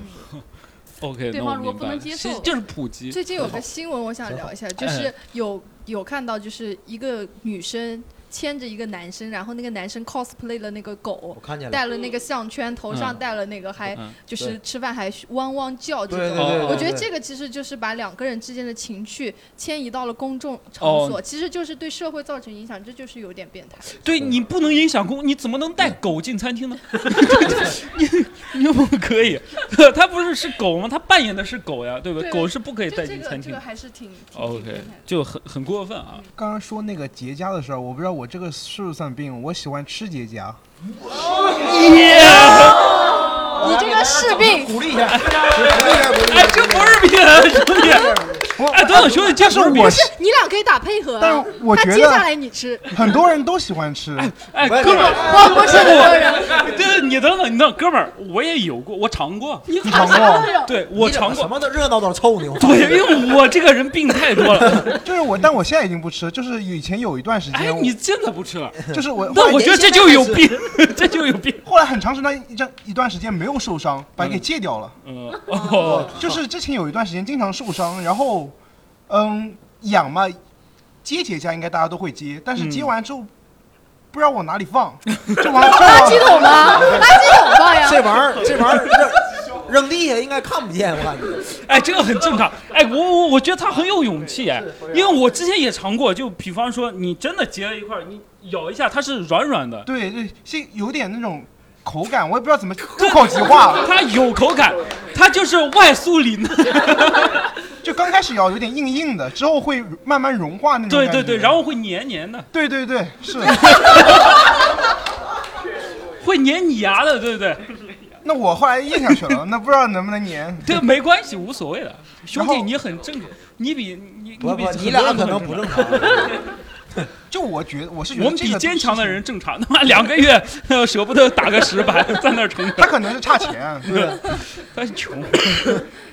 OK，对那方我如果明不白能了接其实受就是普及。最近有个新闻，我想聊一下，哎就是有有看到，就是一个女生牵着一个男生，然后那个男生 cosplay 了那个狗我，看见了，戴了那个项圈，头上嗯戴了那个，还嗯就是吃饭还汪汪叫这对对种。对，我觉得对这个其实就是把两个人之间的情绪迁移到了公众场哦所，其实就是对社会造成影响，这就是有点变态。对对你不能影响公，你怎么能带狗进餐厅呢？ 你你不可以， 他不是是狗吗？他扮演的是狗呀，对不对？对狗是不可以这带这进个餐这厅个的。还是挺挺挺 OK，变态的。就很很过分啊！刚刚说那个结痂的事儿，我不知道我这个是不是算病，我喜欢吃结痂。你这个是病，鼓 励一下，鼓励一下，哎，这不是病啊，兄弟！哎，等等，兄弟，这但是不是病我，你俩可以打配合啊。但是我觉他得接下来你吃，很多人都喜欢吃，哎，不是哥们儿，我不是很多人。哎对，你等等，你等，哥们儿，我也有过，我尝过，你尝过？对我你怎尝么什过，么都热闹到臭你，我对，因为我这个人病太多了。 就是我，但我现在已经不吃，就是以前有一段时哎间，，你真的不吃了？就是我后那来我觉得这就有病， 这就有病。后来很长时间一阵一段时间没有受伤，把它给戒掉了。嗯，呃哦，就是之前有一段时间经常受伤，然后，嗯，痒嘛，接结痂应该大家都会接，但是接完之后，不知道往哪里放，就往垃上圾桶吗？垃圾桶放呀。这玩意儿这玩意儿扔扔地下应该看不见，我感觉。哎，这个很正常。哎，我我我觉得他很有勇气哎，因为我之前也尝过，就比方说你真的结了一块儿，你咬一下它是软软的，对对，是有点那种口感，我也不知道怎么出口即化，它有口感，它就是外酥里嫩。就刚开始咬有点硬硬的，之后会慢慢融化那种对感觉。对对，然后会黏黏的，对对对是。会黏你牙的，对不对？ 那我后来咽下去了，那不知道能不能粘。对，没关系，无所谓的。兄然弟，后你很正，你比你不比不，你很多俩人可都能很不正正常。常。啊 就我觉得我是觉得我们这比个坚东西强的人，正常，他妈两个月 呃舍不得打个石板，在那儿成他长，可能是差钱，对。他穷。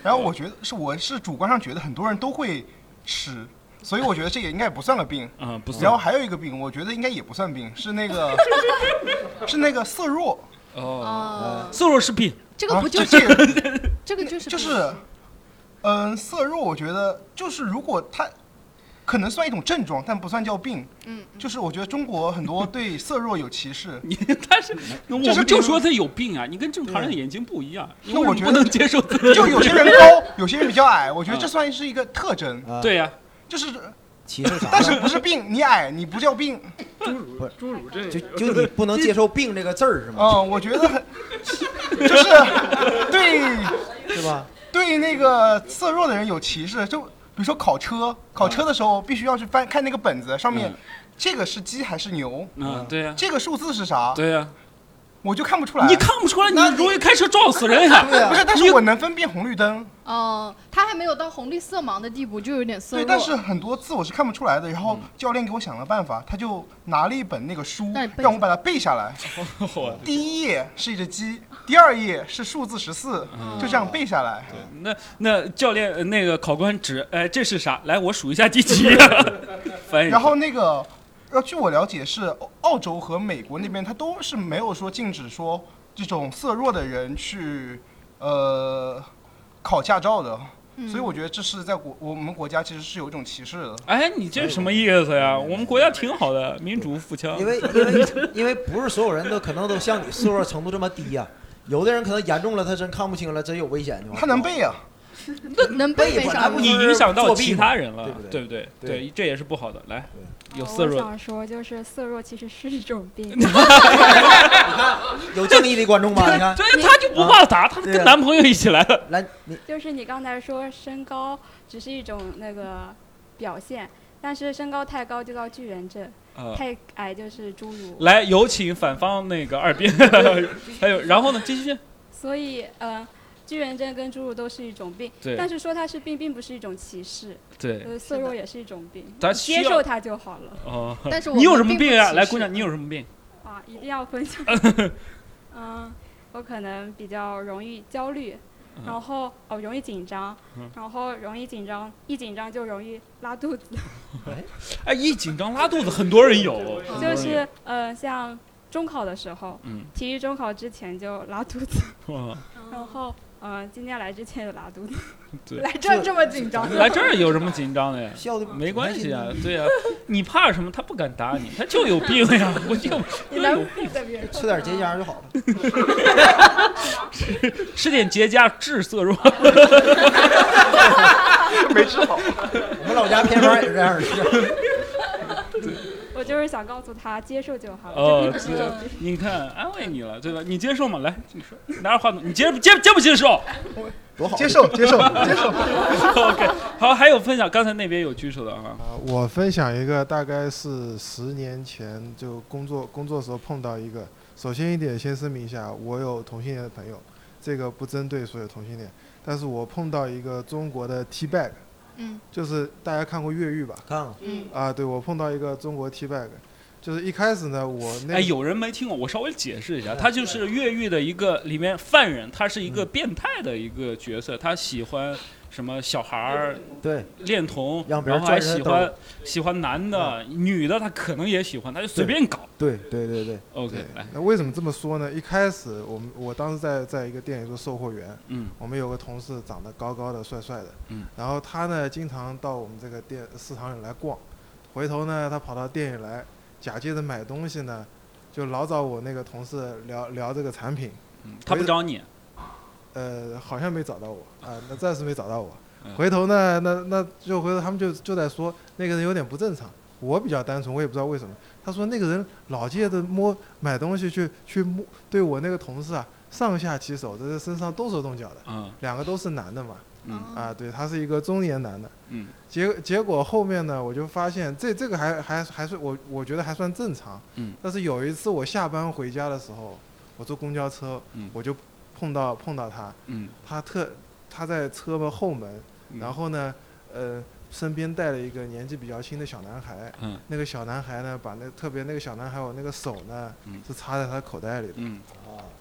然后我觉得是我是主观上觉得很多人都会吃，所以我觉得这也应该也不算个病。嗯，不然后错。还有一个病，我觉得应该也不算病，是那个 是那个色弱，哦，啊，瘦肉是病。，这啊个不就就是这个 这个就是就病是，嗯、色弱，我觉得就是如果它可能算一种症状，但不算叫病。嗯，就是我觉得中国很多对色弱有歧视 你他是，我这是比们就如说他有病啊！你跟正常人眼睛不一样，因那为我你觉不得能接受自 己就有些人高，有些人比较矮，我觉得这嗯算是一个特征，啊，对呀，就是歧视啥但是呢？不是病，你矮你不叫病。侏儒不是侏儒症就就你不能接受“病”这个字儿是吗？嗯，我觉得很就是 对对吧？对那个色弱的人有歧视，就比如说考车，考车的时候必须要去翻看那个本子上面，嗯这个是鸡还是牛，嗯，对呀，这个数字是啥，对呀，我就看不出来。你看不出来，你容易开车撞死人呀。对呀 不是，但是我能分辨红绿灯，哦，他还没有到红绿色盲的地步，就有点色对，弱。但是很多字我是看不出来的。然后教练给我想了办法，他就拿了一本那个书让你，背让我把它背下 来。第一页是一只鸡，第二页是数字十四，嗯就这样背下来。 那那教练呃那个考官指，哎，这是啥？来，我数一下 第几。翻译一下。然后那个，呃，据我了解是澳澳洲和美国那边，他都是没有说禁止说这种色弱的人去，呃，考驾照的。所以我觉得这是在国我们国家其实是有一种歧视的。哎，你这什么意思呀？我们国家挺好的，民主富强 因。为因为因为不是所有人都可能都像你瘦弱程度这么低呀、有的人可能严重了，他真看不清了，真有危险的。他能背呀、能背背没吧啥他用不你影响到其他人了，作弊嘛对对不对？对对，这也是不好的。来，有哦色我弱，想说，就是色弱其实是一种 病。有正义的观众吧？你看，对，她就不怕打，她对跟啊男朋友一起来了。 来，你 就是你刚才说身高只是一种那个表现，但是身高太高就叫巨人症，呃太矮就是侏儒。来，有请反方那个二辩，还有然后呢？继续，所以呃，巨人症跟侏儒都是一种病，对但是说它是病，并不是一种歧视。对，呃，色弱也是一种病，咱你需接要受它就好了哦，但是我 你有们什么并不病啊？歧来，视姑娘，你有什么病？啊！一定要分享。 嗯，我可能比较容易焦虑，然后哦容易紧张嗯，然后容易紧张，一紧张就容易拉肚 子。哎，一紧张拉肚子，很多人有，很多就人有是呃，像中考的时候，嗯体育中考之前就拉肚子，哇然后呃，今天来之前也拉肚子，对来这儿这么紧张，来这儿有什么紧张的呀？笑的没关系啊，对呀、你怕什么？他不敢打你，他就有病呀，我就 你就来有配合别人。吃点结痂就 好了。吃点结痂治色弱。 没治好。我们老家偏方也是这样的。 我就是想告诉他，接受就好，哦这并不是一种病。你看，安慰你了，对吧？你接受吗？来，你说，拿着话筒，你接接接不接受多好，接受，接受，接受。 ？OK，好，还有分享，刚才那边有举手的啊，啊，我分享一个，大概是十年前就工作工作时候碰到一个。首先一点，先声明一下，我有同性恋的朋友，这个不针对所有同性恋。但是我碰到一个中国的 T bag，嗯就是大家看过《越狱》吧？看看嗯，啊，对，我碰到一个中国 T bag，就是一开始呢，我那哎哎，有人没听过，我稍微解释一下，他就是越狱的一个里面犯人，他是一个变态的一个角色，他喜欢什么小孩儿、对，恋童，让别然人后还拽着喜他兜儿欢喜欢男的、嗯女的，他可能也喜欢，他就随便搞。对，对，对，对， OK，对来，，那为什么这么说呢？一开始我们我当时在在一个店里做售货员，嗯，我们有个同事长得高高的、帅帅的，嗯，然后他呢经常到我们这个店市场里来逛，回头呢他跑到店里来，假借着买东西呢，就老找我那个同事聊聊这个产品，嗯他不找你，呃，好像没找到我啊、那暂时没找到我嗯。回头呢，那那就回头他们就就在说那个人有点不正常。我比较单纯，我也不知道为什么。他说那个人老借着摸买东西去去摸，对我那个同事啊上下其手，这是身上动手动脚的。嗯两个都是男的嘛，嗯啊，对，他是一个中年男的。嗯结结果后面呢，我就发现这这个还还还是我我觉得还算正常。嗯。但是有一次我下班回家的时候，我坐公交车，嗯我就碰到碰到他，嗯，他特他在车门后门，嗯然后呢，呃，身边带了一个年纪比较轻的小男孩。嗯那个小男孩呢，把那特别那个小男孩，我那个手呢、嗯是插在他口袋里的。嗯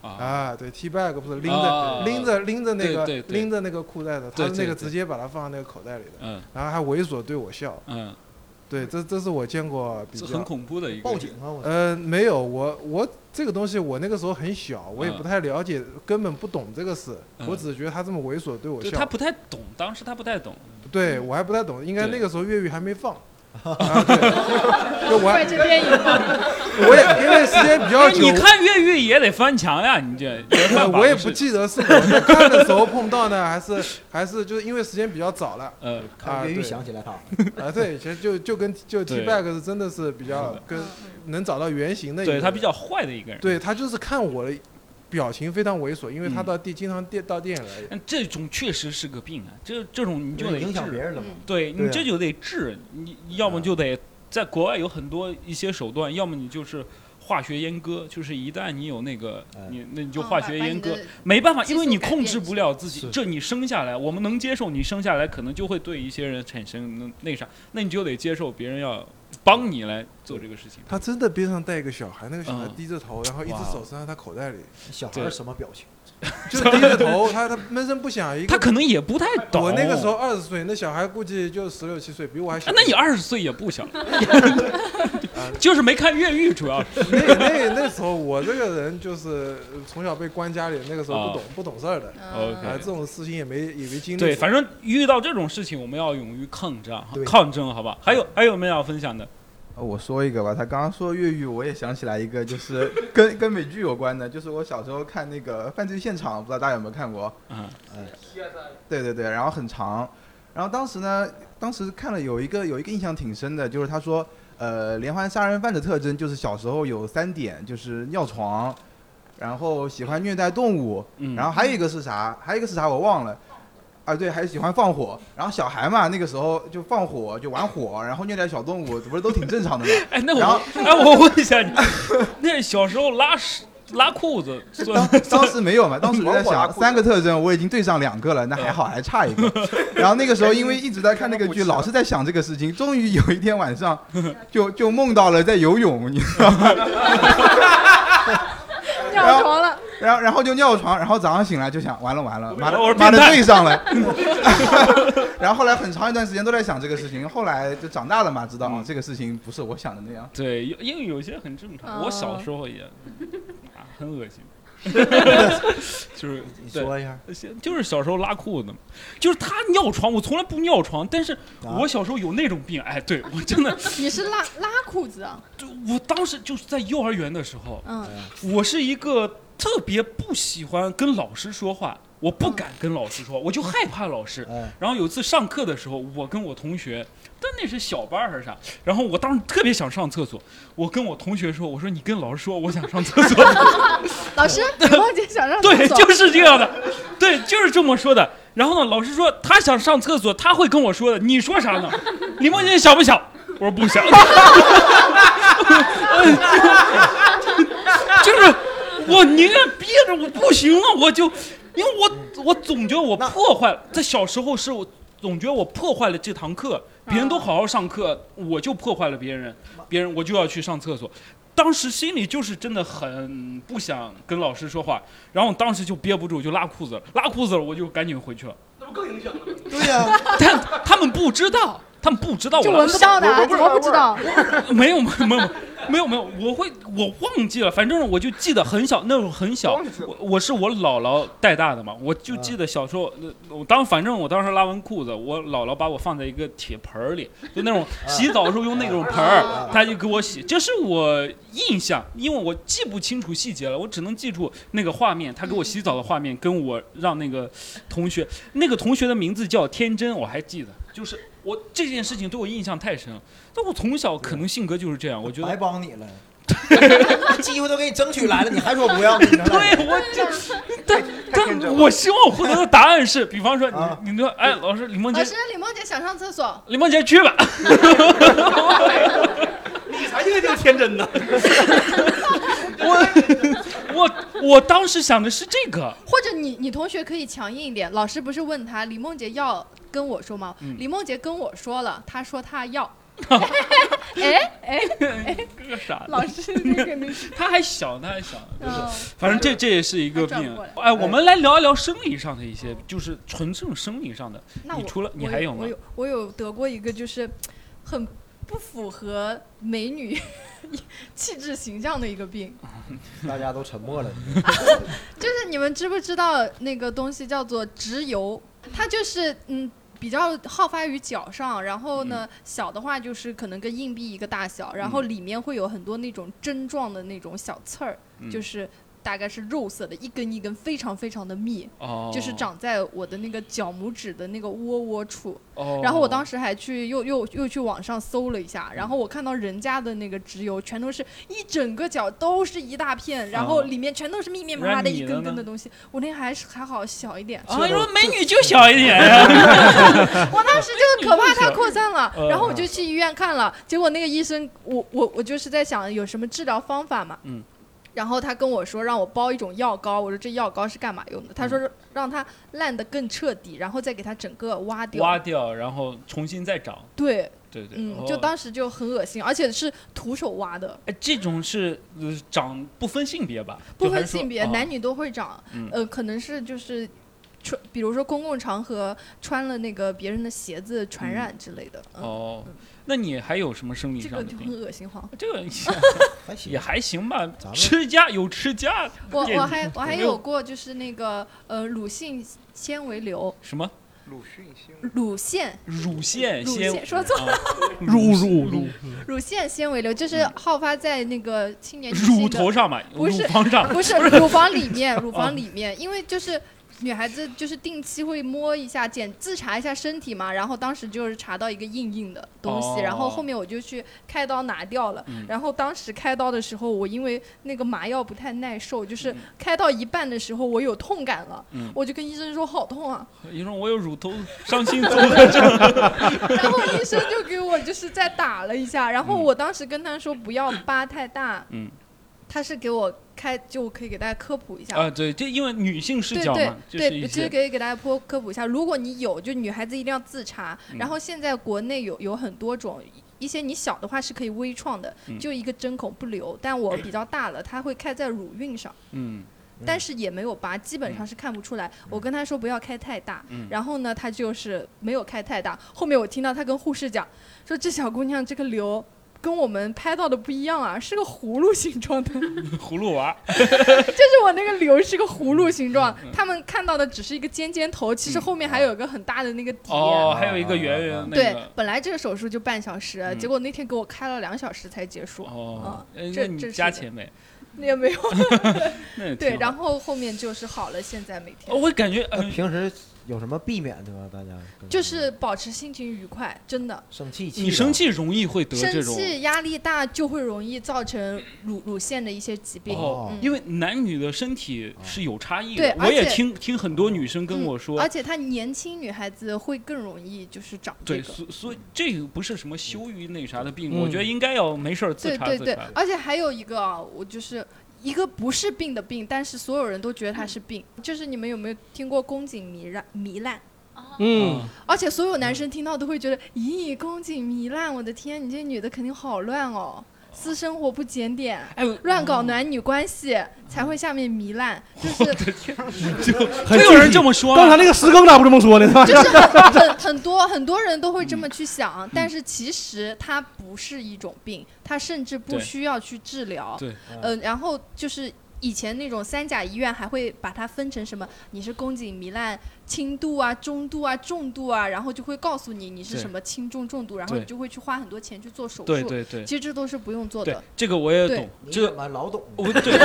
啊，啊，对，T bag 不是拎着、啊拎着拎着那个对对对拎着那个裤带的，他对是那对个对直接把它放在那 个口袋里的，嗯然后还猥琐对我笑。嗯，对，这这是我见过比这较很恐怖的一个报警啊！我呃，没有，我我这个东西我那个时候很小，我也嗯不太了解，根本不懂这个事，嗯我只觉得他这么猥琐对我对笑，他不太懂，当时他不太懂，对我还不太懂，应该对那个时候越狱还没 放。啊，对， 就 我还这电影我也因为时间比较不是久， 你看越狱也得翻墙呀，你 这没办法我也就不是记得是我在看的时候碰到呢，还是还是就是因为时间比较早了，呃，看越啊狱对想起来他，啊，对，其实就就跟就对 T bag 是真的是比较跟能找到原型的一个对人，他比较坏的一个人。对他就是看我的表情非常猥琐，因为他嗯到地经常电到电影来，但这种确实是个病啊，这这种你就得影响别治，人了嘛。对对你啊这就得治，你要么就得在国外有很多一些手段，要么你就是化学阉割，就是一旦你有那个哎你那你就化学阉割，嗯没办法，激因素为你改控变制一不下了自己是，这你生下来，我们能接受你生下来可能就会对一些人产生那那啥，那你就得接受别人要帮你来做这个事情。他真的边上带一个小孩，那个小孩嗯低着头，然后一只哇手伸到他口袋里，小孩对儿什么表情？就低着头，他他闷声不响一他个。可能也不太懂。我那个时候二十岁，那小孩估计就十六七岁，比我还小啊。那你二十岁也不小，就是没看越狱，主要是那那那时候我这个人就是呃从小被关家里，那个时候不懂、不懂事儿的，啊， OK 这种事情也没也没经历过。对，反正遇到这种事情，我们要勇于抗战对，抗争，好吧？还有还有没有要分享的？呃我说一个吧，他刚刚说越狱，我也想起来一个，就是跟跟美剧有关的，就是我小时候看那个《犯罪现场》，不知道大家有没有看过？呃嗯，对对对，然后很长，然后当时呢，当时看了有一个有一个印象挺深的，就是他说，呃，连环杀人犯的特征就是小时候有三点，就是尿床，然后喜欢虐待动物，嗯然后还有一个是啥？还有一个是啥？我忘了。啊，对，还喜欢放火，然后小孩嘛，那个时候就放火，就玩火，然后虐待小动物，不是都挺正常的吗？ 哎，那然后我，哎，我问一下你，那小时候拉屎拉裤子算当 当时没有嘛，当时我 在想三个特征我已经对上两个了，那还好还差一个。然后那个时候因为一直在看那个 剧，老是在想这个事情，终于有一天晚上就就梦到了在游泳，你知道 吗？尿床了，然后然后就尿床，然后早上醒来就想完了完了，妈的我是妈的变态对上 了。然后后来很长一段时间都在想这个事情，后来就长大了嘛，知道嗯哦这个事情不是我想的那样。对，有因为有些很正常，哦我小时候也、 啊很恶 心，就是你对说一下，就是小时候拉裤子嘛，就是他尿床，我从来不尿床，但是啊我小时候有那种病，哎，对我真的， 你是拉拉裤子啊？我当时就是在幼儿园的时候，嗯，我是一个特别不喜欢跟老师说话，我不敢跟老师说，我就害怕老师。然后有一次上课的时候，我跟我同学，但那是小班儿还是啥，然后我当时特别想上厕所，我跟我同学说，我说你跟老师说我想上厕所，老 师，你忘记想让对，他走就是这样的，对，就是这么说的。然后呢，老师说他想上厕所，他会跟我说的，你说啥呢？李梦洁想不想？我说不想。 就是我宁愿憋着，我不行了，我就，因为我我总觉得我破坏了，在小时候是我总觉得我破坏了这堂课，别嗯人都好好上课，我就破坏了别人，别人我就要去上厕所。当时心里就是真的很不想跟老师说话，然后当时就憋不住就拉裤子了，拉裤子了我就赶紧回去了。那不更影响了吗？对呀、但他们不知道，他们不知道我就拉闻不到的啊，我怎么不知道？ 没有没有没有没有没有，我会我忘记了，反正我就记得很小，那时候很小，我我是我姥姥带大的嘛，我就记得小时候，呃我当反正我当时拉完裤子，我姥姥把我放在一个铁盆儿里，就那种洗澡的时候用那种盆儿，她就给我洗，这是我印象，因为我记不清楚细节了，我只能记住那个画面，她给我洗澡的画面，跟我让那个同学，那个同学的名字叫天真，我还记得，就是我这件事情对我印象太深了。但我从小可能性格就是这样，我觉得白帮你 了。机会都给你争取来了，你还说不要？你能来对，我这，但但我希望我获得的答案是，比方说啊你你说，哎，老师李梦洁老，师，李梦洁想上厕所，李梦洁去 吧，你才应该叫天真呢。我我当时想的是这个，或者你你同学可以强硬一点。老师不是问他李梦洁要跟我说吗？嗯李梦洁跟我说了，她说她 要。哎哎哎，这个傻子，老师这个 那他还小，他还小，就是嗯反正这这也是一个转病过来。哎，我们来聊一聊生理上的一些，就是纯正生理上的。哦那你我除了你我还有吗我？有我有得过一个就是很不符合美女 气质形象的一个病， 大家都沉默了。嗯 就是你们知不知道那个东西叫做直邮？它就是嗯。比较好发于脚上，然后呢，小的话就是可能跟硬币一个大小，然后嗯里面会有很多那种针状的那种小刺儿，嗯就是大概是肉色的，一根一根非常非常的密，哦就是长在我的那个脚拇指的那个窝窝处。哦然后我当时还去又又又去网上搜了一下，然后我看到人家的那个植油全都是一整个脚都是一大片，然后哦里面全都是密密麻那麻的你一的根根呢的东西。我那还是还好小一点，啊，你说美女就小一点呀、 我当时就可怕它扩散了嗯，然后我就去医院看了，结果那个医生，我我我就是在想有什么治疗方法嘛，嗯，然后他跟我说让我包一种药膏，我说这药膏是干嘛用的？他嗯说让它烂得更彻底，然后再给它整个挖掉。挖掉，然后重新再长。对，对对，嗯，哦就当时就很恶心，而且是徒手挖的，哎，这种是呃长不分性别吧？不就还分是说性别，哦男女都会长嗯。呃，可能是就是。穿，比如说公共场合穿了那个别人的鞋子传染之类的，嗯哦，那你还有什么生理这上个的就病？很恶心慌。嗯这个也还行吧，吃家有吃家。我这我还我还没有过就是那个呃乳腺纤维瘤，什么？鲁迅先乳腺乳腺乳纤腺说错了 啊乳乳乳乳腺纤维瘤就是好发在那个青年女性的嗯乳头上嘛，不是乳房上不是乳房里面，乳哦房里面，因为就是。女孩子就是定期会摸一下、检自查一下身体嘛，然后当时就是查到一个硬硬的东西，哦然后后面我就去开刀拿掉了。嗯然后当时开刀的时候，我因为那个麻药不太耐受，就是开到一半的时候我有痛感了，嗯我就跟医生说好痛啊， 医生，我有乳头伤心综合症。然后医生就给我就是再打了一下，然后我当时跟他说不要疤太大，嗯他是给我开，就我可以给大家科普一下。啊，对，这因为女性视对角对嘛，就是对，一其实些可以给大家科科普一下，如果你有，就女孩子一定要自查。嗯然后现在国内有有很多种，一些你小的话是可以微创的，嗯就一个针孔不留，但我比较大了，它会开在乳晕上。嗯，但是也没有疤，基本上是看不出来。我跟他说不要开太大，嗯然后呢，他就是没有开太大。后面我听到他跟护士讲，说这小姑娘这个瘤跟我们拍到的不一样啊，是个葫芦形状的，就葫芦娃。是我那个瘤是个葫芦形状，嗯他们看到的只是一个尖尖头，其实后面还有一个很大的那个底。哦，还有一个圆圆那对个，。本来这个手术就半小时，嗯结果那天给我开了两小时才结束。哦，哎嗯，那这你这加是钱没？也没有。 那也挺对，好哦然后后面就是好了，现在每天。我感觉呃那平时有什么避免的吗？大家就是保持心情愉快，真的。生气，你生气容易会得这生种气、压力大就会容易造成乳乳腺的一些疾病。哦，嗯因为男女的身体是有差异对的，而我也且嗯听听很多女生跟我说，而且她年轻女孩子会更容易就是长这对，个。所所以这个不是什么羞于那啥的病，我嗯觉得应该要没事儿自对查对自对查的，。而且还有一个啊，我就是一个不是病的病，但是所有人都觉得它是病。就是你们有没有听过宫颈糜烂？糜烂。嗯，而且所有男生听到都会觉得，咦，宫颈糜烂，我的天，你这女的肯定好乱哦，私生活不检点，哎乱搞嗯男女关系才会下面糜烂，就是啊 很会有具人体这么说啊刚吗才那个石更咋不这么说 呢？就是很很很多很多人都会这么去嗯想，但是其实它不是一种病，它甚至不对需要去治疗。对嗯、然后就是以前那种三甲医院还会把它分成什么，你是宫颈糜烂轻度啊、中度啊、重度啊，然后就会告诉你你是对什么轻重重度，然后对你就会去花很多钱去做手术。对对对其实这都是不用做对的。，这个我也对懂，这个老懂。我对，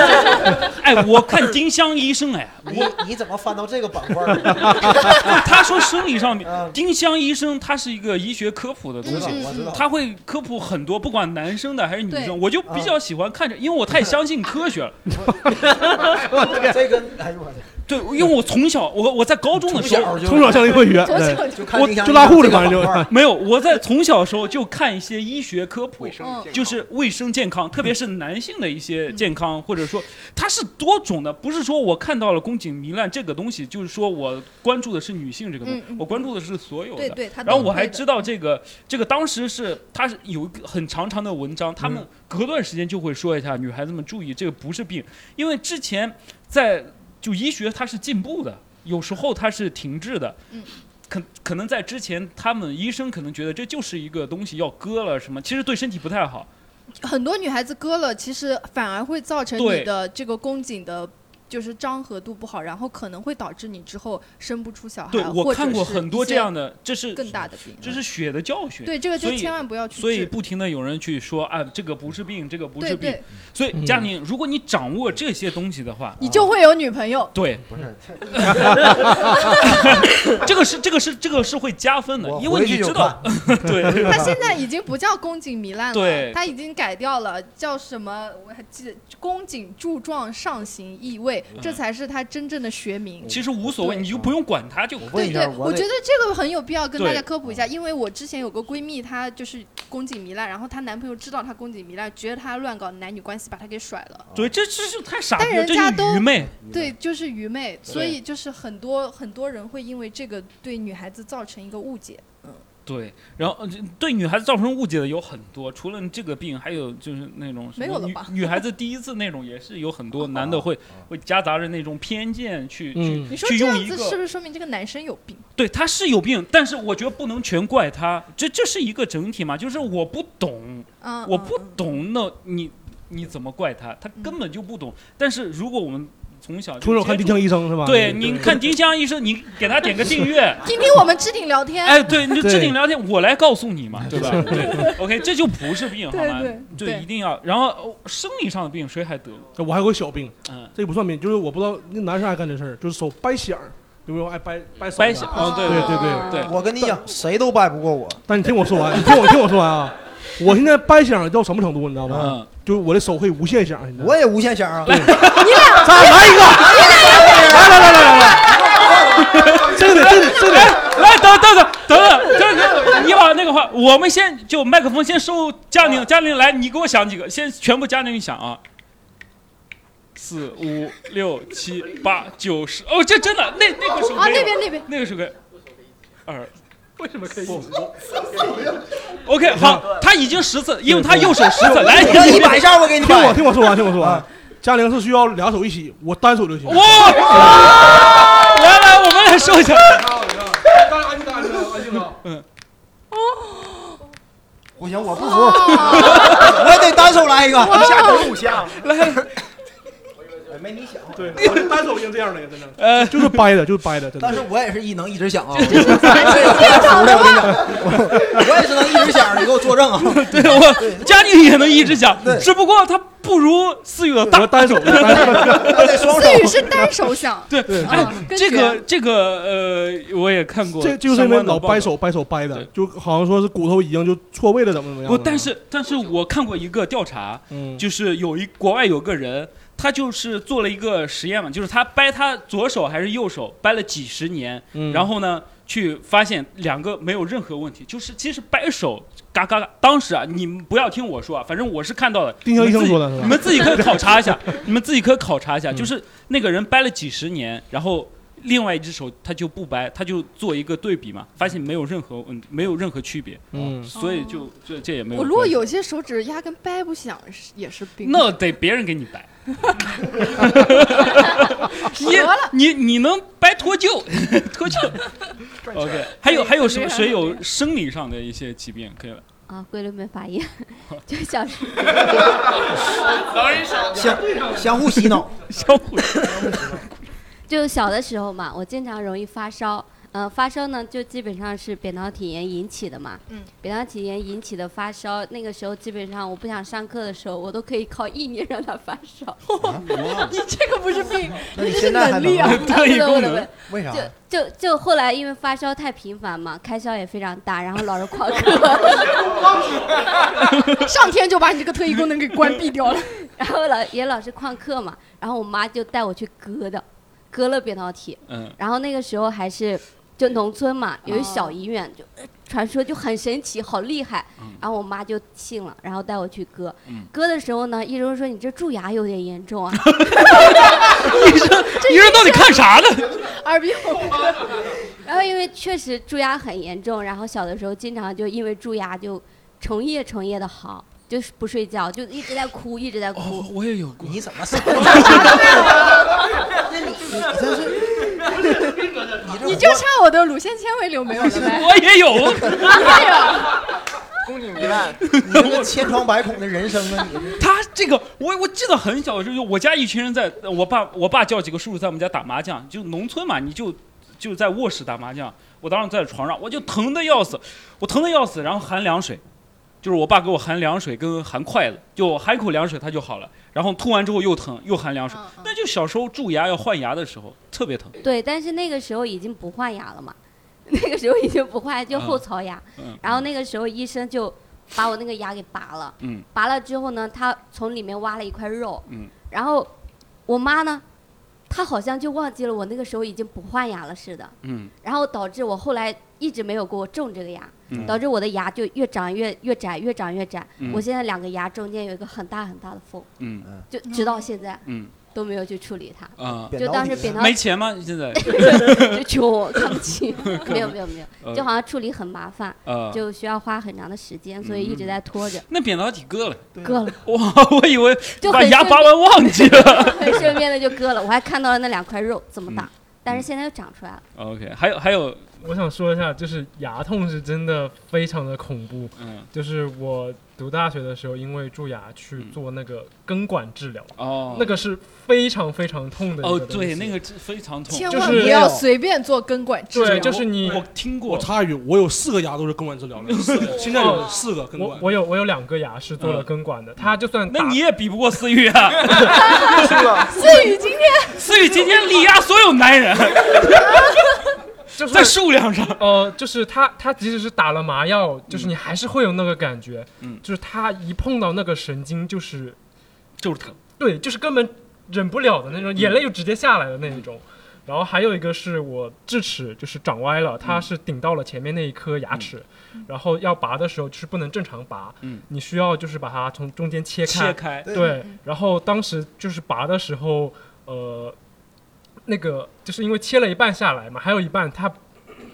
哎，我看丁香医生，哎， 你你怎么翻到这个板块 儿了？他说生理上面，嗯丁香医生他是一个医学科普的东西嗯嗯嗯嗯，他会科普很多，不管男生的还是女对生，我就嗯比较喜欢看着，因为我太相信科学了。这个，哎呦 我的，对，因为我从小，我我在高中的时候，从小就从小上一会学从小对就看我丁香就拉护理嘛这个板块没有。我在从小时候就看一些医学科普卫生健，康就是卫生健康，特别是男性的一嗯些健康，或者说它是多种的，不是说我看到了宫颈糜烂这个东西，就是说我关注的是女性这个东西嗯嗯，我关注的是所有的。对对它都然后我会还的知道这个这个当时是它是有一个很长长的文章，他们嗯隔段时间就会说一下，女孩子们注意，这个不是病，因为之前在就医学它是进步的，有时候它是停滞的，嗯，可可能在之前他们医生可能觉得这就是一个东西要割了什么，其实对身体不太好，嗯很多女孩子割了，其实反而会造成对你的这个宫颈的。就是张合度不好，然后可能会导致你之后生不出小孩。对或我者看过是很一多这些样的，这是更大的病。这是血的教训。对这个就所以千万不要去所以治不停的有人去说啊，这个不是病，这个不是对病对。所以佳宁，如果你掌握这些东西的话，你就会有女朋 友。对，不是， 这个是这个是这个是会加分的，因为回去你就知 道，对，他现在已经不叫宫颈糜烂对了，他已经改掉了，叫什么？我还记得宫颈柱状上行异位，嗯这才是他真正的学名。 其实无所谓，你就不用管它就可以。对对，我觉得这个很有必要跟大家对科普一下，因为我之前有个闺蜜，她就是宫颈糜烂，然后她男朋友知道她宫颈糜烂，觉得她乱搞男女关系，把她给甩了。对，这这是太傻逼但了，人这家是都愚昧。对，就是愚昧，对所以就是很多很多人会因为这个对女孩子造成一个误解。嗯，对，然后呃这对女孩子造成误解的有很多，除了这个病，还有就是那种什么没有了女吧啊女孩子第一次那种也是有很多男 的会会夹杂着那种偏见去嗯去你说去这用样一子是不个，是说明这个男生有病？对，他是有病，但是我觉得不能全怪他，这这是一个整体嘛，就是我不懂，嗯我不懂，那你你怎么怪他？他根本就不懂。但是如果我们从小就从小看接触丁香医生是吧对，对您看丁香医生，你给他点个订阅 ，听听我们置顶聊天。哎，对，你就置顶聊天，我来告诉你嘛，对吧？是对，OK，这就不是病好对吗对？对，对一定要。然后哦生理上的病谁还得？我还有个小病，嗯，这不算病，就是我不知道那男生爱干这事儿，就是手掰响儿，有没有爱掰掰手的？掰响哦对对对对对啊我跟你讲，谁都掰不过我。但你听我说 完，你听我听我说完啊！我现在掰响到什么程度，你知道嗯吗？就是我的手可以无限响。现在我也无限响啊！对，咱俩来一个，来来来来来来，这个得这个得这个得。来，等等等等等等等，你把那个话，我们先就麦克风先收嘉宁，嘉宁来，你给我想几个，先全部嘉宁想啊。四五六七八九十，哦，这真的，那那个手啊可以那边那边那个手可以，二为什么可以？ ，OK，好，他已经十次，因为他右手十次，我来，我你听我听我说完，听我说完。嘉玲是需要两手一起，我单手就行。哇！来来，我们来收一下。嗯，不行，我不服，我也得单手来一个，一下整五下来，哎没你响。对，我这单手已经这样了，真的。呃，就是掰的，就是掰的，真的。但是我 也是一能一直响啊， 这是服了，我跟你讲，我也是能一直响，你给我作证啊。 对我嘉宁也能一直讲，只不过他不如思雨的大，单手， 他得双手思雨是单手响，对，哎啊，跟这个弦这个呃，我也看过，这就是因为老掰。手掰手掰的，就好像说是骨头已经就错位了，怎么怎么样不，了。但是但是我看过一个调查，嗯就是有一国外有个人，他就是做了一个实验嘛，就是他掰他左手还是右手，掰了几十年，嗯然后呢，去发现两个没有任何问题，就是其实掰手。嘎嘎嘎！当时啊，你们不要听我说啊，反正我是看到的。丁香医生你们自己说的是吧嗯你们自己可以考 察一下，你们自己可以考察一下，就是那个人掰了几十年，然后另外一只手他就不掰，他就做一个对比嘛，发现没有任何问，没有任何区别。哦嗯所以就这这也没有我关系。如果有些手指压根掰不响，是也是病。那得别人给你 掰。得了你你你能掰脱臼， 脱臼。OK，还有还有什么谁有生理上的一些疾病？可以了。啊，龟裂门发炎，就小时候相相互洗脑，相互洗就小的时候嘛，我经常容易发烧。呃，发烧呢，就基本上是扁桃体炎引起的嘛。嗯。扁桃体炎引起的发烧，那个时候基本上我不想上课的时候，我都可以靠意念让它发烧。 你这个不是病，啊那你这是现在还能 力啊！能特异对功我的能我的为啥就就就后来因为发烧太频繁嘛，开销也非常大，然后老是旷课，上天就把你这个特异功能给关闭掉了。 然后老也老是旷课嘛，然后我妈就带我去割的，割了扁桃体。嗯然后那个时候还是就农村嘛，有一小医院，就呃传说就很神奇，好厉害。然后我妈就信了，然后带我去割。嗯割的时候呢，医生说你这蛀牙有点严 重啊。医生，医生到底看啥呢？ 耳鼻喉科。然后因为确实蛀牙很严重，然后小的时候经常就因为蛀牙就成夜成夜的嚎，就是不睡觉，就一直在哭，一直在哭。哦我也有过。你怎么是？你就差我的乳腺纤维瘤没 有了呗？哎我也有 哎呀，恭喜糜 烂。你这个千疮百孔的人生啊，你他这个，我我记得很小的时候，就我家一群人在，呃我爸我爸叫几个叔叔在我们家打麻将，就农村嘛，你就就在卧室打麻将，我当时在床上，我就疼的要死，我疼的要死，然后含凉水，就是我爸给我含凉水跟含筷子，就我含一口凉水它就好了，然后吐完之后又疼又含凉水，那就小时候蛀牙要换牙的时候特别疼，对，但是那个时候已经不换牙了嘛，那个时候已经不换，就后槽牙。嗯然后那个时候医生就把我那个牙给拔了，嗯拔了之后呢，他从里面挖了一块肉，嗯然后我妈呢，她好像就忘记了我那个时候已经不换牙了似的，嗯然后导致我后来一直没有给我种这个牙，嗯导致我的牙就越长越越窄，越长越窄。嗯我现在两个牙中间有一个很大很大的缝，嗯就直到现在嗯都没有去处理它。啊，就当时扁桃没钱吗？现在。就穷，看不起 没有没有没呃有，就好像处理很麻烦呃，就需要花很长的时间，嗯所以一直在拖 着。 那扁桃体割了，割了，哇， 我以为就把很牙顺拔便完忘记了。很嗯顺便的就割了，我还看到了那两块肉这么大，但是现在又长出来了。哦哎 OK，还有还有我想说一下，就是牙痛是真的非常的恐怖。嗯，就是我读大学的时候，因为蛀牙去做那个根管治疗，哦那个是非常非常痛的一哦，个东对，西那个真非常痛，千就万是不要随便做根管治疗。我听我插一句，我有四个牙都是根管治疗的，四个现在哦有四个根哦我管。我有我有两个牙是做了根管的，他就算那你也比不过思雨啊！ 是吧思雨 今天思雨今天力压所有男人， 就是在数量上，呃，就是他他即使是打了麻药，就是你还是会有那个感觉，嗯就是他一碰到那个神经就是就是疼，嗯对，就是根本忍不了的那种，眼泪就直接下来的那一种。然后还有一个是我智齿就是长歪了，嗯它是顶到了前面那一颗牙齿，然后要拔的时候就是不能正常拔，嗯你需要就是把它从中间切开，切开对对嗯。然后当时就是拔的时候，呃，那个就是因为切了一半下来嘛，还有一半它，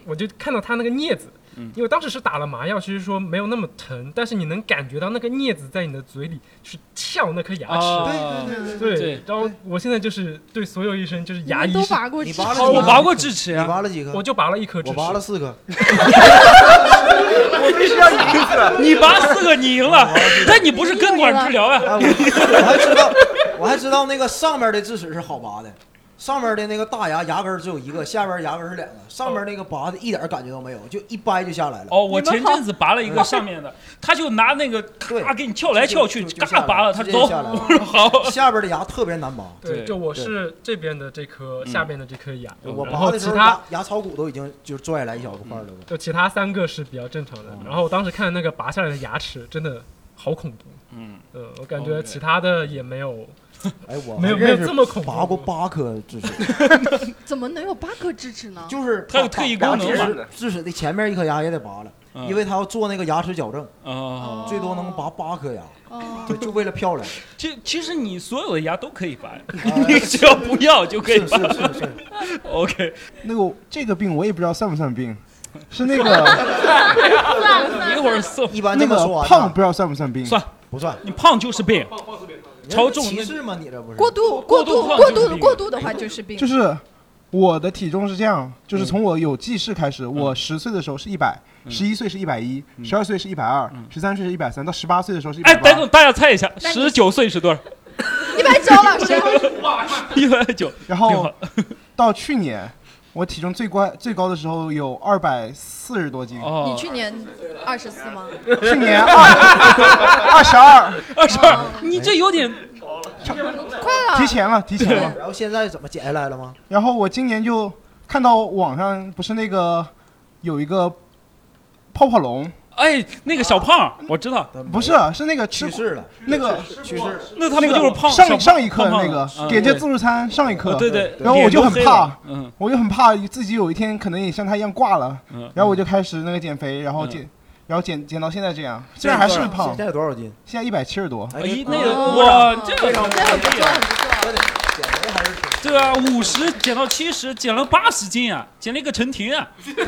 我就看到它那个镊子，嗯因为当时是打了麻药，其实说没有那么疼，但是你能感觉到那个镊子在你的嘴里去撬那颗牙啊齿，对对对对对对然后我现在就是对所有医生就是牙医你们都是拔过智齿啊你拔了几哦颗我拔过智齿呀，你拔了几颗我就拔了一颗智齿，我拔了四颗。我必须要 赢一次你拔四个，你赢了，但你不是根管治疗啊呀？哎我还知道，我还知道那个上面的智齿是好拔的，上面的那个大牙牙根儿只有一个，下边牙根儿是两个，上面那个拔的一点儿感觉都没有，就一掰就下来了。哦，我前阵子拔了一个上 面的，他就拿那个咔给你撬来撬去，嘎拔了，他直说接走下 来了，好，下边的牙特别难拔。对，就我是这边的这颗，嗯下边的这颗牙，我然拔后的时其候他嗯牙牙槽骨都已经就拽下来一小块儿了。就其他三个是比较正常哦的。然后我当时看那个拔下来的牙齿，真的好恐怖。嗯，呃，我感觉其他的也没有，哎，我没有还没有认识这么恐怖。拔过八颗智齿， 怎么能有八颗智齿呢？就是拔智齿智齿的前面一颗牙也得拔了，因为他要做那个牙齿矫正，嗯哦最多能拔八颗牙，哦对，就为了漂亮。 啊其其实你所有的牙都可以拔， 你只要不要就可以拔。OK，那个这个病我也不知道算不算 病，是那个一会儿送。一般那个胖不知道算不算病，算不算？你胖就是病，超重歧视吗？你这不是过度过度过过度胖就是度病过度的话就是病，就是我的体重是这样，就是嗯从我有记事开始，我十岁的时候是一百、1十一岁是一百一，十二岁是一百二，十三岁是一百三，到十八岁的时候是一嗯哎，百八。等等，大家猜一下，那你十九岁是多少？一百九老师。一百九。然后到去年，我体重最高最高的时候有二百四十多斤。哦你去年二十四吗？去 年二 二十二，嗯二十二，你这有点快了，提前了，提前了。然后现在怎么减下来了吗？然后我今年就看到网上不是那个有一个泡泡龙，哎， 那个小胖，我知道，不是是那个吃世了，那个去世了，那他不就是胖小上胖上一课的胖那胖个的嗯点击对啊自助餐上一课，对对然后我就很脸都黑怕了，嗯我就很怕自己有一天可能也像他一样挂了嗯，然后我就开始那个减肥，然后嗯减，然后减减到现在这样，虽然还是很胖，现在有多少斤？现在一百七十多，哎，那个哦哇，这个很不错，对啊，五十减到七十，减了八十斤啊，减了一个陈婷啊。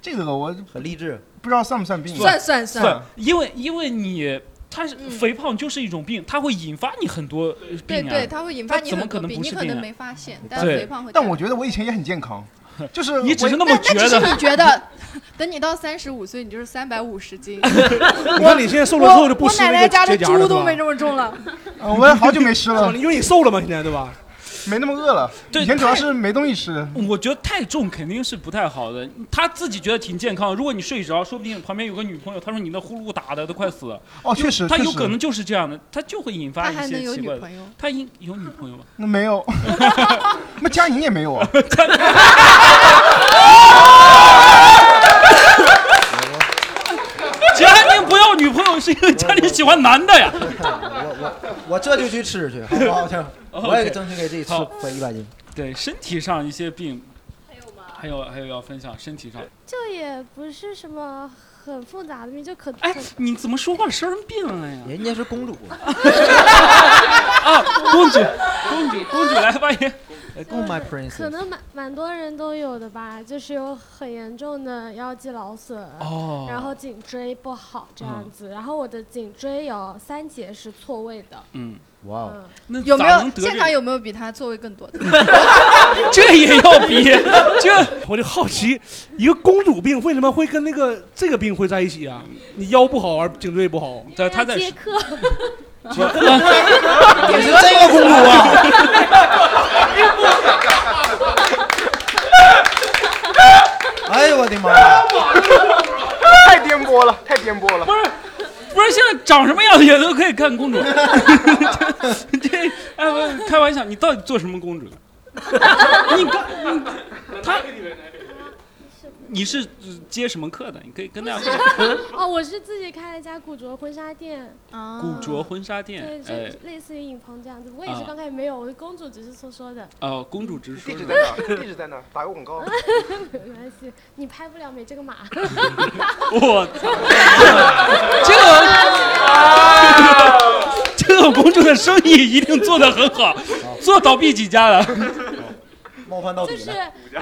这个我很励志，不知道算不算病，因为因为你。它是肥胖就是一种病，它会引发你很多呃病啊。嗯对对，它会引发你怎么很可多能病，不你是可病能啊？没发现，但对肥胖会。但我觉得我以前也很健 康，就是你只是那我么那只觉是得你觉 得， 等你到三十五岁，你就是三百五十斤。 你看你现在瘦了之后就不吃那我奶个奶家的结痂了对猪都吧没这么重了。嗯我也好久没吃了，因为你瘦了嘛，现在对吧？没那么饿了，以前主要是没东西吃。我觉得太重肯定是不太好的。他自己觉得挺健康，如果你睡着，说不定旁边有个女朋友，他说你那呼噜打的都快死了。哦就确实他确有实可能就是这样的，他就会引发他一还些能有奇女怪的朋。友？他应有女朋友 吗？那没有，那佳宁也没有啊。佳宁不要女朋友是因为佳宁喜欢男的呀。 嗯我这就去吃去，好不 好？这我也哦 OK 争取给自己吃好肥一百斤。对身体上一些病，还有还有要分享身体上。就也不是什么很复杂的病，就可哎，你怎么说话声儿变了呀？人 家是公主。啊，公主，公主，公主来发言。 Go my princess。可能蛮蛮多人都有的吧，就是有很严重的腰肌劳损，哦然后颈椎不好这样嗯子。然后我的颈椎有三节是错位 的，嗯，哇哦那有没咋能有得现这场个有没有比他座位 更多的？这也要比 这，我就好奇，一个公主病为什么会跟那个这个病会在一起啊？你腰不好，而颈椎不好。对，他 在接客。 也是这个公主 啊。哎呦我的妈呀！太颠簸了，太颠簸了。不是，不是现在长什么样子也都可以干公主。 这这哎，不开玩笑，你到底做什么公主？你刚他你是呃接什么课的？你可以跟大家说。 哦，我是自己开了一家古着婚纱店。哦啊古着婚纱店对，哎就类似于影棚这样子。我也是啊刚开始没有，我是公主，只是说说的。哦，公主直说地址是在吧。哪儿？地址在哪儿？打个广告。 没关系，你拍不了，没这个码。 我 操，这个这个公主的生意一定做得很好，做倒闭几家了。冒犯到就底是了。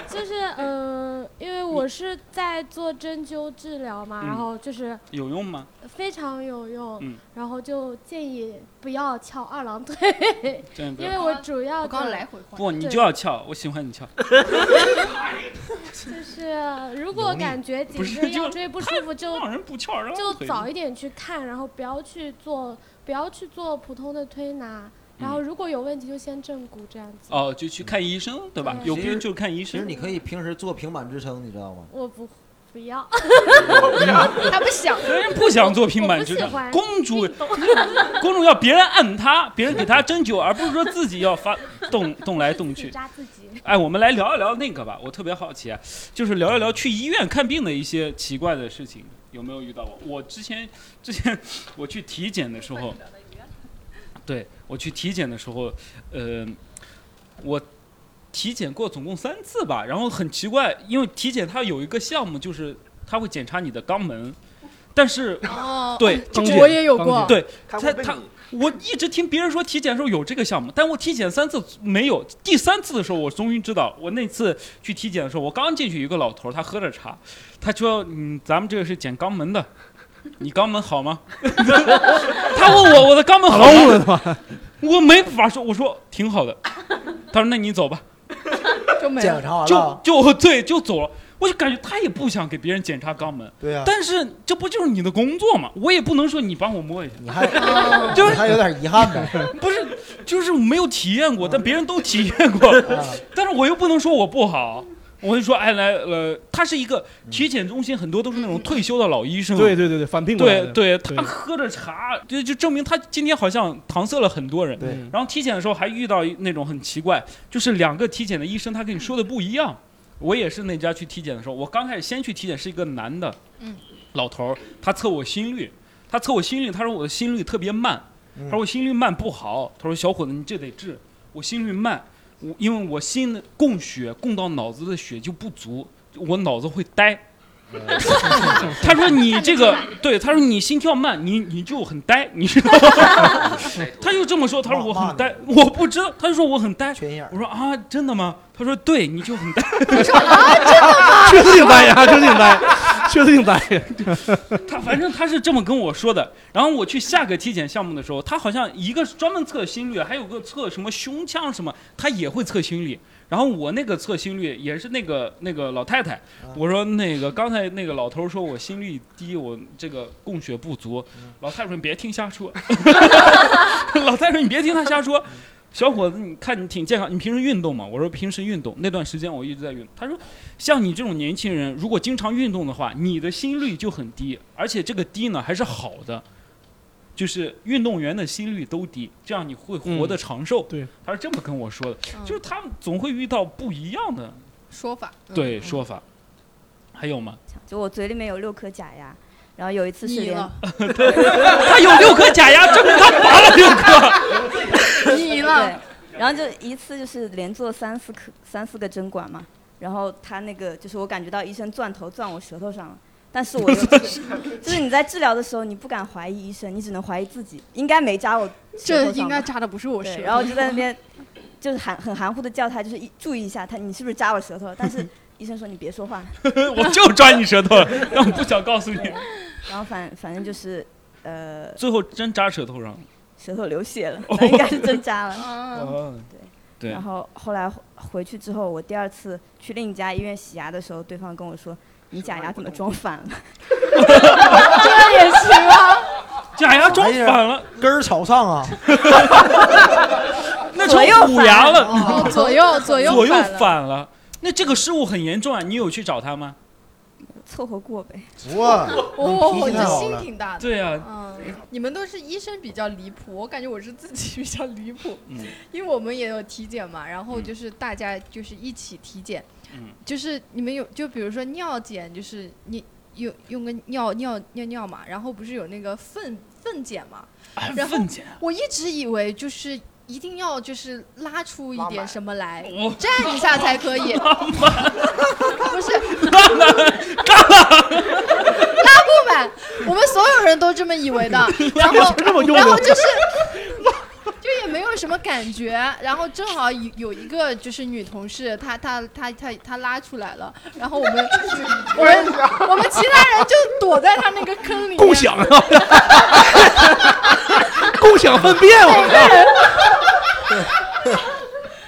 就是嗯、呃因为我是在做针灸治疗嘛，嗯然后就是有用吗？非常有用，嗯然后就建议不要翘二郎腿真，的因为我主要我刚的来回不，你对就要翘，我喜欢你翘。就是如果感觉颈不是椎就腰椎不舒服，就让人不翘二郎就腿早一点去看，然后不要去做不要去做普通的推拿，然嗯后如果有问题就先正骨这样子。哦，就去看医生，对吧？嗯有病就看医其实生。你可以平时做平板支撑，你知道吗？我不不要， 他不想人不想做平板支我不喜撑，欢公主，公主要别人按她，别人给她针灸，而不是说自己要 发动动来动去。扎自己。哎，我们来聊一聊那个吧，我特别好奇啊，就是聊一聊去医院看病的一些奇怪的事情，有没有遇到过？我之前之前我去体检的时候，对我去体检的时候，呃，我体检过总共三次吧，然后很奇怪，因为体检它有一个项目就是它会检查你的肛门，但是哦对，这就个我也有过。对，他他我一直听别人说体检的时候有这个项目，但我体检三次没有。第三次的时候，我终于知道，我那次去体检的时候，我刚进去，有一个老头儿，他喝着茶，他说：“嗯，咱们这个是检肛门的，你肛门好吗？” 他问我我的肛门好吗？我没法说，我说挺好的。他说：“那你走吧。”就没检查完就了，就对，就走了。我就感觉他也不想给别人检查肛门，对啊但是这不就是你的工作嘛？我也不能说你帮我摸一下，你还 就还有点遗憾呗。 不是，就是我没有体验过，但别人都体验过，但是我又不能说我不好，我就说哎来呃，他是一个体检中心，很多都是那种退休的老医生，对对对对，反病过来对的对，他喝着茶，就就证明他今天好像搪塞了很多人。对然后体检的时候还遇到一那种很奇怪，就是两个体检的医生他跟你说的不一样。我也是那家去体检的时候，我刚开始先去体检是一个男的嗯老头儿，他测我心率，他测我心率，他说我的心率特别慢，嗯他说我心率慢不好，他说小伙子你这得治，我心率慢，我因为我心的供血供到脑子的血就不足，我脑子会呆。他说你这个对，他说你心跳慢，你你就很呆，你知道吗？他就这么说，他说我很呆，我不知道，他就说我很呆。我说啊，真的吗？他说对，你就很呆。确实挺呆呀，确实挺呆，确实挺呆呀。他反正他是这么跟我说的。然后我去下个体检项目的时候，他好像一个是专门测心率，还有个测什么胸腔什么，他也会测心率。然后我那个测心率也是那个那个老太太，我说那个刚才那个老头说我心率低，我这个供血不足。老太太说你别听瞎说， 老太太说你别听他瞎说。小伙子，你看你挺健康，你平时运动吗？我说平时运动，那段时间我一直在运动。他说，像你这种年轻人，如果经常运动的话，你的心率就很低，而且这个低呢还是好的，就是运动员的心率都低，这样你会活得长寿。对，。他是这么跟我说的，就是他们总会遇到不一样的说法。嗯对说法。还有吗？ 就我嘴里面有六颗假牙，然后有一次是你连了 他有六颗假牙，证明他拔了六颗。你了对，然后就一次就是连做三四颗三四个针管嘛，然后他那个就是我感觉到医生钻头钻我舌头上了。但是我 又就是就是你在治疗的时候，你不敢怀疑医生，你只能怀疑自己，应该没扎我舌头上吧。这应该扎的不是我舌头 对然后就在那边就是含很含糊的叫他，就是一注意一下他，你是不是扎我舌头？但 是医生说你别说话，我就抓你舌头了，但我不 想告诉你。然后反反正就是呃，最后真扎舌头上了。舌头流血了，那应该是针扎了。哦对对然后后来回去之后，我第二次去另一家医院洗牙的时候，对方跟我说：“你假牙怎么装反了？” 这也行 啊假牙装反了，哎根儿朝上啊，那成虎牙了，哦左 右左右左右反了反了。那这个失误很严重啊！你有去找他吗？凑合过呗。啊哇哦，你这心挺大的。对啊呀嗯，你们都是医生比较离谱，我感觉我是自己比较离谱，嗯因为我们也有体检嘛，然后就是大家就是一起体检，嗯就是你们有就比如说尿检，就是你用用个尿尿尿尿嘛，然后不是有那个粪粪检嘛，然后啊粪检我一直以为就是。一定要就是拉出一点什么来哦，站一下才可以。不是，拉不满，我们所有人都这么以为的然拉后不满这么用的然后就是就也没有什么感觉。然后正好有有一个就是女同事，她她她她她拉出来了，然后我们我们我们其他人就躲在她那个坑里面共享啊， 共享粪便，啊我每个人靠！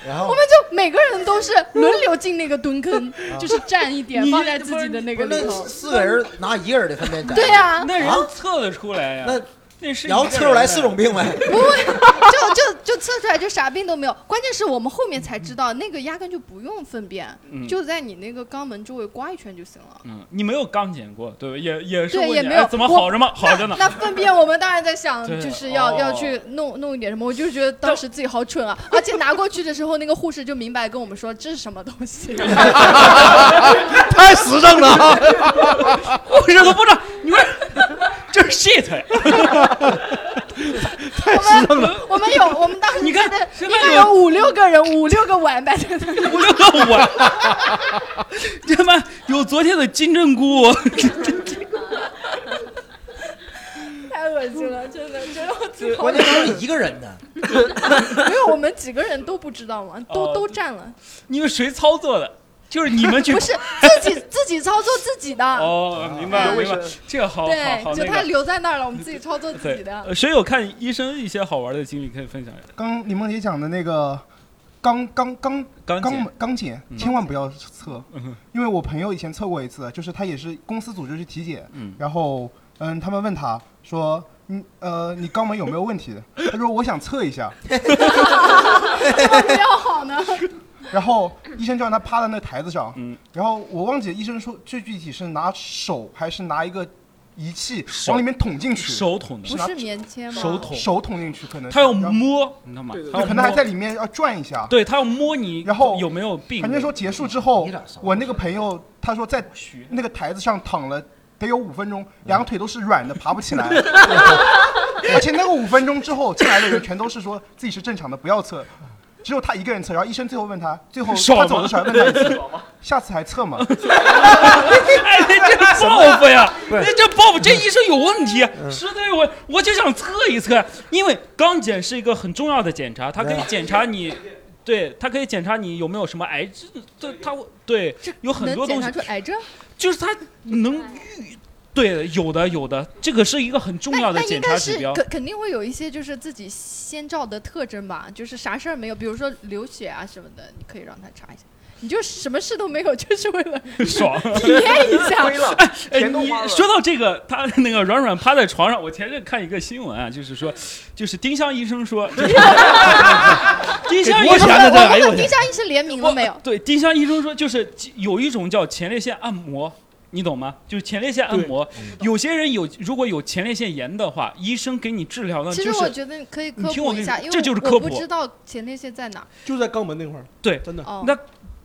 然后我们就每个人都是轮流进那个蹲坑，就是站一点啊你放在自己的那个里头。四个人拿一个人的粪便夹。对呀、那人测得出来呀。那那是然后测出来四种病来，不会，就就就测出来就啥病都没有。关键是我们后面才知道，那个压根就不用粪便，嗯就在你那个肛门周围刮一圈就行了。嗯，你没有刚检过，对吧？也也是对，问也你没有、哎怎么我好着吗？好着呢。那那粪便我们当然在想，对就是要、哦要去弄弄一点什么。我就觉得当时自己好蠢啊！而且拿过去的时候，那个护士就明白跟我们说这是什么东 西。 太实诚了啊。护士都不知道，你们这是 shit， 太实诚了。我们有，我们当时你看，应该有五六个人，五六个碗摆在那里。五六个碗，他妈有昨天的金针菇，太恶心了，真的，真的我自己 好关键都是一个人的，没有，我们几个人都不知道嘛，哦都、都占了，你们谁操作的？就是你们去不是自己自己操作自己的。哦，明白了嗯明白了，这个好好对，好就那他个留在那儿了，我们自己操作自己对的。呃谁有看医生一些好玩的经历可以分享一下？刚李梦姐讲的那个肛肛肛肛肛检肛检，嗯千万不要测嗯，因为我朋友以前测过一次，就是他也是公司组织去体检嗯，然后嗯，他们问他说。嗯呃，你肛门有没有问题？他说我想测一下， 比较好呢。然后医生就让他趴在那台子上，嗯然后我忘记医生说最具体是拿手还是拿一个仪器往里面捅进去，手捅的不是棉签吗？手捅，手捅进去可能是他要然后摸，你知道吗？对他要可能还摸在里面要转一下，对他要摸你，然后有没有病？反正说结束之后，我那个朋友他说在那个台子上躺了得有五分钟，两个腿都是软的，爬不起来。而且那个五分钟之后进来的人全都是说自己是正常的，不要测，只有他一个人测。然后医生最后问他，最后爽他吗走的时候还问他一次，下次还测吗？哎，这这报复呀！不是这这报复，这医生有问题。实在我我就想测一测，因为肛检是一个很重要的检查，它可以对检查你，对，它可以检查你有没有什么癌症，这它对有很能多检东西查出癌症？就是它能预，对，有的有的，这个是一个很重要的那应检查该指是标肯。肯定会有一些就是自己先兆的特征吧，就是啥事儿没有，比如说流血啊什么的，你可以让他查一下。你就什么事都没有，就是为了爽， 体验一下。哎，你说到这个，他 那个软软趴在床上，我前阵看一个新闻啊，就是说，就是丁香医生说，就是丁香医我生们的我们和丁香医生联名了没有？对，丁香医生说，就是有一种叫前列腺按摩，你懂吗？就是前列腺按摩，有些人有如果有前列腺炎的话，医生给你治疗呢，其嗯就实我是觉得可以你科听我普跟一你下，说因为这就是我科我不普知道前列腺在哪。就在肛门那块儿。对，真的哦那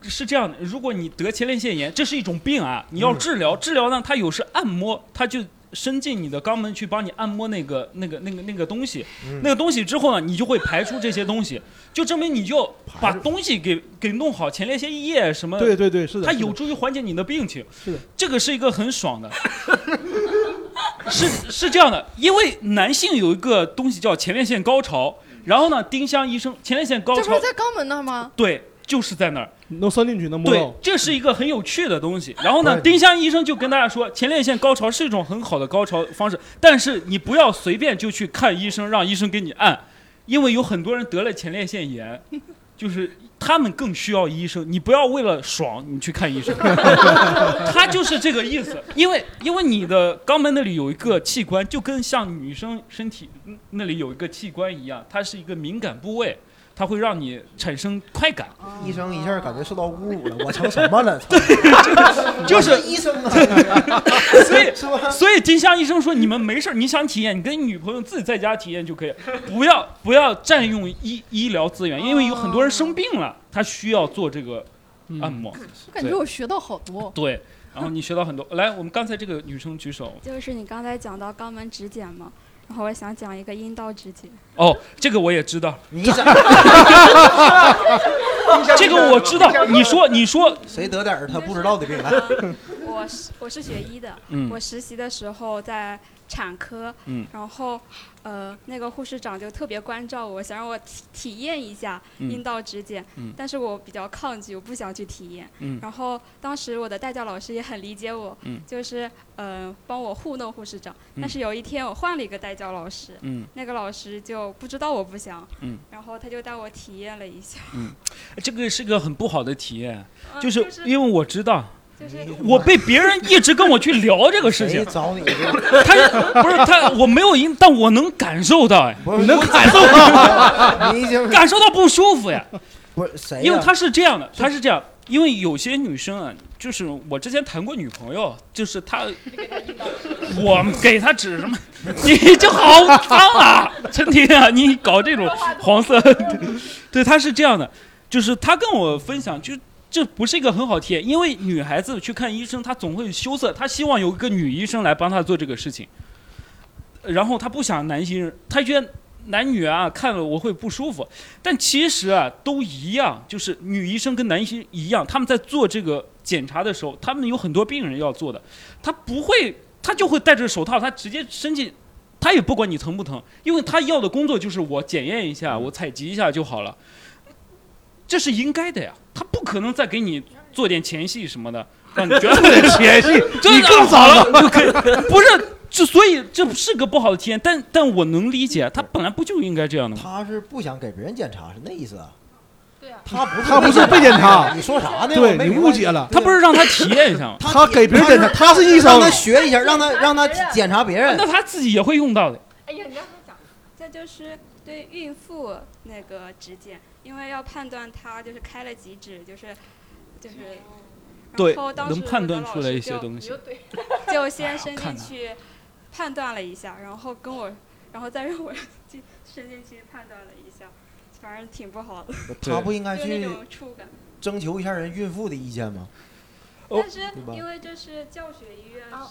是这样的，如果你得前列腺炎，这是一种病啊，嗯你要治疗。治疗呢，它有时按摩，它就伸进你的肛门去帮你按摩那个、那个、那个、那个东西。嗯那个东西之后呢，你就会排出这些东西，就证明你就把东西给给弄好，前列腺液什么。对对对是的它是的有助于缓解你的病情。是的，这个是一个很爽的。 是是这样的，因为男性有一个东西叫前列腺高潮，然后呢，丁香医生前列腺高这不潮是，在肛门那儿吗？对，就是在那儿。能伸进去，能摸对到。，这是一个很有趣的东西。然后呢，丁香医生就跟大家说，前列腺高潮是一种很好的高潮方式，但是你不要随便就去看医生，让医生给你按，因为有很多人得了前列腺炎，就是他们更需要医生。你不要为了爽你去看医生， 他就是这个意思。因为因为你的肛门那里有一个器官，就跟像女生身体那里有一个器官一样，它是一个敏感部位。它会让你产生快感，医生 一下感觉受到侮辱了，我 成什么了？操就是 我医生啊，所以所以丁香医生说，你们没事儿你想体验，你跟你女朋友自己在家体验就可以，不要不要占用医医疗资源，因为有很多人生病了，他需要做这个按摩。我感觉我学到好多。对对，然后你学到很多。来，我们刚才这个女生举手，就是你刚才讲到肛门指检嘛，然后我想讲一个阴道指检。哦，这个我也知道，你 这个我知道，你说你说谁得点儿他不知道的病来？我是我是学医的，嗯我实习的时候在产科，嗯然后呃那个护士长就特别关照我，想让我体体验一下嗯阴道指检，嗯但是我比较抗拒，我不想去体验。嗯然后当时我的带教老师也很理解我，嗯就是呃帮我糊弄护士长。嗯但是有一天我换了一个带教老师，嗯那个老师就不知道我不想，嗯然后他就带我体验了一 下，嗯，这个是个很不好的体验，嗯就是就是因为我知道。就是我被别人一直跟我去聊这个事情，找你？他是不是他？我没有因，但我能感受到哎，你能感受到，你已经感受到不舒服呀。不是谁呀？因为他是这样的，他是这样，因为有些女生啊，就是我之前谈过女朋友，就是她，我给她指什么，你就好脏啊，陈婷啊，你搞这种黄色， 对，她是这样的，就是她跟我分享就。这不是一个很好体验，因为女孩子去看医生，她总会羞涩，她希望有一个女医生来帮她做这个事情。然后他不想男性，他觉得男女啊看了我会不舒服，但其实啊都一样，就是女医生跟男医生一样，他们在做这个检查的时候，他们有很多病人要做的，他不会，他就会戴着手套，他直接伸进，他也不管你疼不疼，因为他要的工作就是我检验一下，我采集一下就好了，这是应该的呀，他不可能再给你做点前戏什么的。让你觉得前戏 真的你好更脏 了，就可以不是，这所以这是个不好的体验，但但我能理解，他本来不就应该这样的吗？他是不想给别人检查，是那意思啊？对啊，他他不不是是被检查你说啥呢？对我没你明白误解了他不是让他体验一下吗？他给别人检查他是医生让他学一下，让他让他检查别人。啊那他自己也会用到的。哎呀，你让他讲，这就是对孕妇那个指检，因为要判断她就是开了几指，就是就是。对然后当时能判断我的老出来师一些就东西你又 对就先伸看进去判断了一下，然后跟我，然后再让我进伸进去判断了一下，反正挺不好的。他不应该就那去种触感。征求一下人孕妇的意见吗？哦但是对吧因为这是教学医院，就哦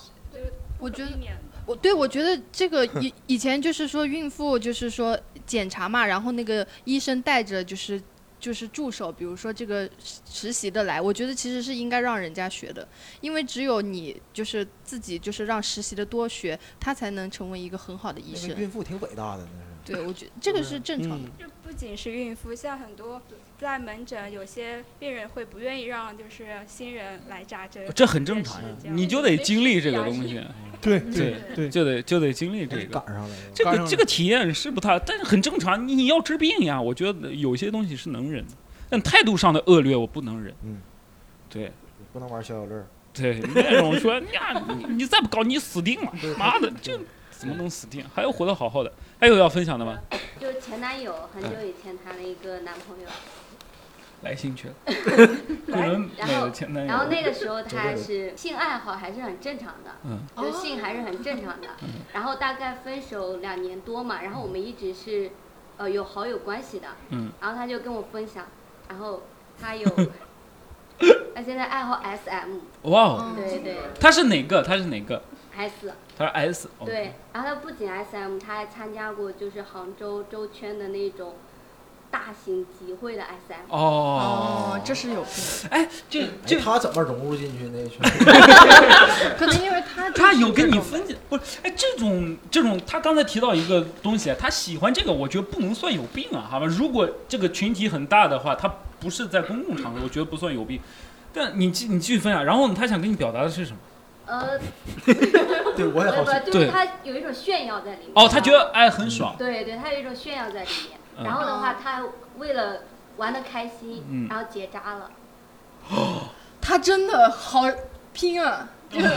我觉得避免的我对我觉得这个以以前就是说孕妇就是说检查嘛，然后那个医生带着就是就是助手，比如说这个实实习的来，我觉得其实是应该让人家学的，因为只有你就是自己就是让实习的多学，他才能成为一个很好的医那生个。孕妇挺伟大的，那是。嗯对，我觉得这个是正常的。就不仅是孕妇，像很多在门诊，有些病人会不愿意让就是新人来扎针，哦这很正常呀，你就得经历这个东西。对对对，就得就得经历这个。赶上了，这赶个上了这个体验是不太，但是很正常。你你要治病呀，我觉得有些东西是能忍的，但态度上的恶劣我不能忍。嗯，对不能玩消小乐。对， 那种说哎呀，你你再不搞你死定了，妈的，这怎么能死定？还有活得好好的，还有要分享的吗？就是前男友很久以前谈了一个男朋友，来 兴趣了，桂纶镁然后的嗯前男友。然后那个时候他是性爱好还是很正常的，嗯哦就是性还是很正常的。然后大概分手两年多嘛，然后我们一直是呃有好友关系的，啊嗯然后他就跟我分享，然后他 有他现在爱好 SM， 哇哦，嗯对对他是哪个？他是哪个？ ，S。他是 S。哦对，然后他不仅 SM，他还参加过就是杭州周圈的那种，大型集会的 SM。哦这是有病。哎，这这他怎么融入进去那一圈？ 嗯可能因为他他有跟你分解，不是？哎，这种这种，他刚才提到一个东西，他喜欢这个，我觉得不能算有病啊，好吧？如果这个群体很大的话，他不是在公共场合，我觉得不算有病。但你继你继续分享，然后呢他想跟你表达的是什么？呃， 对，我不不，就是对，他有一种炫耀在里面。哦，他觉得哎很爽，对对，他有一种炫耀在里面。嗯然后的话，他为了玩的开心，嗯然后结扎了， 他真的好拼 啊！因为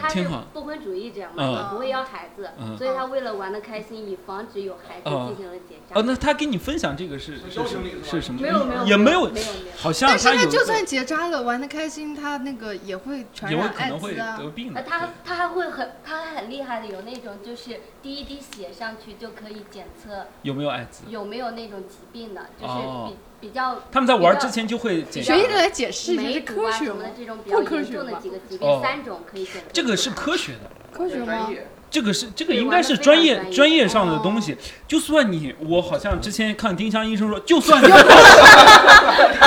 他是挺好不婚主义这样嗯嘛，也不会要孩子，嗯所以他为了玩的开心，以防止有孩子哦进行了结扎。哦，那他跟你分享这个是是是是什么？没有没有也没没有有没有没有，好像但是有他一就个算结扎了，玩的开心，他那个也会传也染会可艾能会滋啊。得病呃，他他还会很，他还很厉害的，有那种就是滴一滴血上去就可以检测有没有艾滋？有没有那种疾病的，就是比、哦比较他们在玩之前就会比检较查学一个来解释一下梅这毒科啊学什么吗的这种比不较科严学重的吧几个疾哦病，三种可以检测。这个是科学的，科学吗？这个是这个对应玩该得是非专常业专业专业上的东西。就算你，我好像之前看丁香医生说，就算你，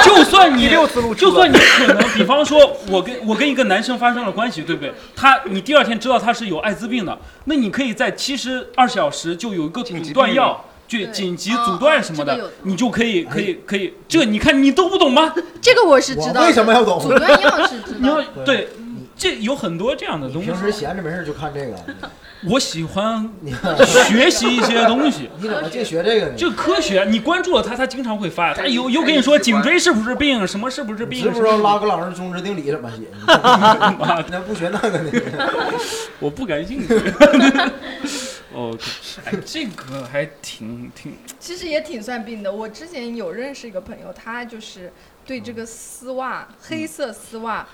就算你，就算你可能，比方说，我跟我跟一个男生发生了关系，对不对？他你第二天知道他是有艾滋病的，那你可以在七十二小时就有一个阻断药。就紧急阻断什么这个的有，你就可以可以可以，这你看你都不懂吗？这个我是知道的。我为什么要懂阻断药是知你道要的。对，这有很多这样的东西。平时闲着没事就看这个， 我喜欢学习一些东西。 你怎么净学这个呢？这科学，你关注了他，他经常会发，他有有跟你说颈椎是不是病，什么是不是病，知不知道什么拉格朗日中值定理怎么写？ 那不学那个呢？ 我不感兴趣。 哦，哎，这个还挺挺，其实也挺算病的。我之前有认识一个朋友，他就是对这嗯个丝袜，黑色丝袜，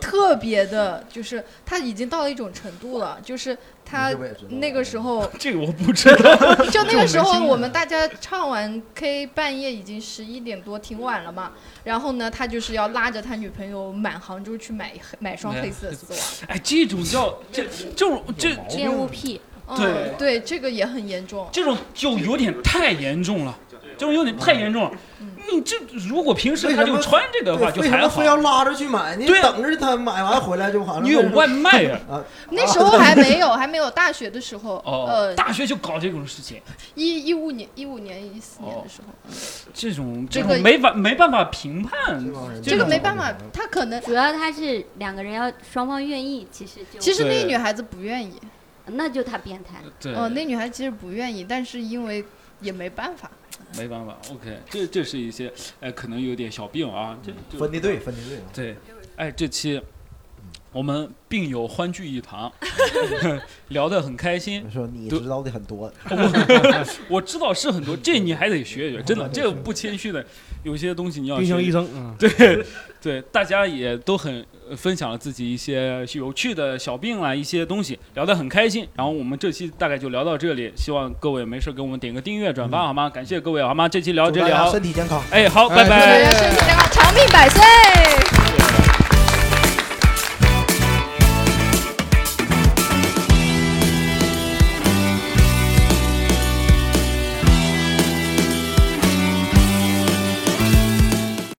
特别的，就是他已经到了一种程度了，就是他嗯你这我也知道。那个时候嗯哦这个我不知道。就那个时这没候，经我验们大家唱完 K，半夜已经十一点多，挺晚了嘛。然后呢，他就是要拉着他女朋友满杭州去买买双黑色丝袜。哎，这种叫这这种 这这恋啊物癖。对嗯、对，这个也很严重。这种就有点太严重了，这种有点太严重了。嗯你嗯这如果平时他就穿这个的话，就为什还么好啊非。要拉着去买？你等着他买完回来就完了。你有外卖呀？啊，那时候还没有，还没有大学的时候，哦呃，，大学就搞这种事情。一一五年、一五年、一四年的时候，嗯这种这这个种没法没办法评判，这个种没办法，他可能主要他是两个人要双方愿意，其实就其实那对女孩子不愿意，那就他变态。对哦，那女孩其实不愿意，但是因为也没办法，没办法。OK，这这是一些哎，可能有点小病啊。这这分的对，分的对。对，哎，这期我们病友欢聚一堂， 聊得很开心。说你知道的很多，我 我知道是很多，这你还得学一学，真 的，这个不谦虚的，有些东西你要学。冰箱医生嗯 对对，大家也都很呃分享了自己一些有趣的小病啦，一些东西聊得很开心。然后我们这期大概就聊到这里，希望各位没事给我们点个订阅、转发好吗？感谢各位好吗？这期聊到嗯祝这大里家好，身体健康。哎，好，哎拜拜。身体健康，长命百岁。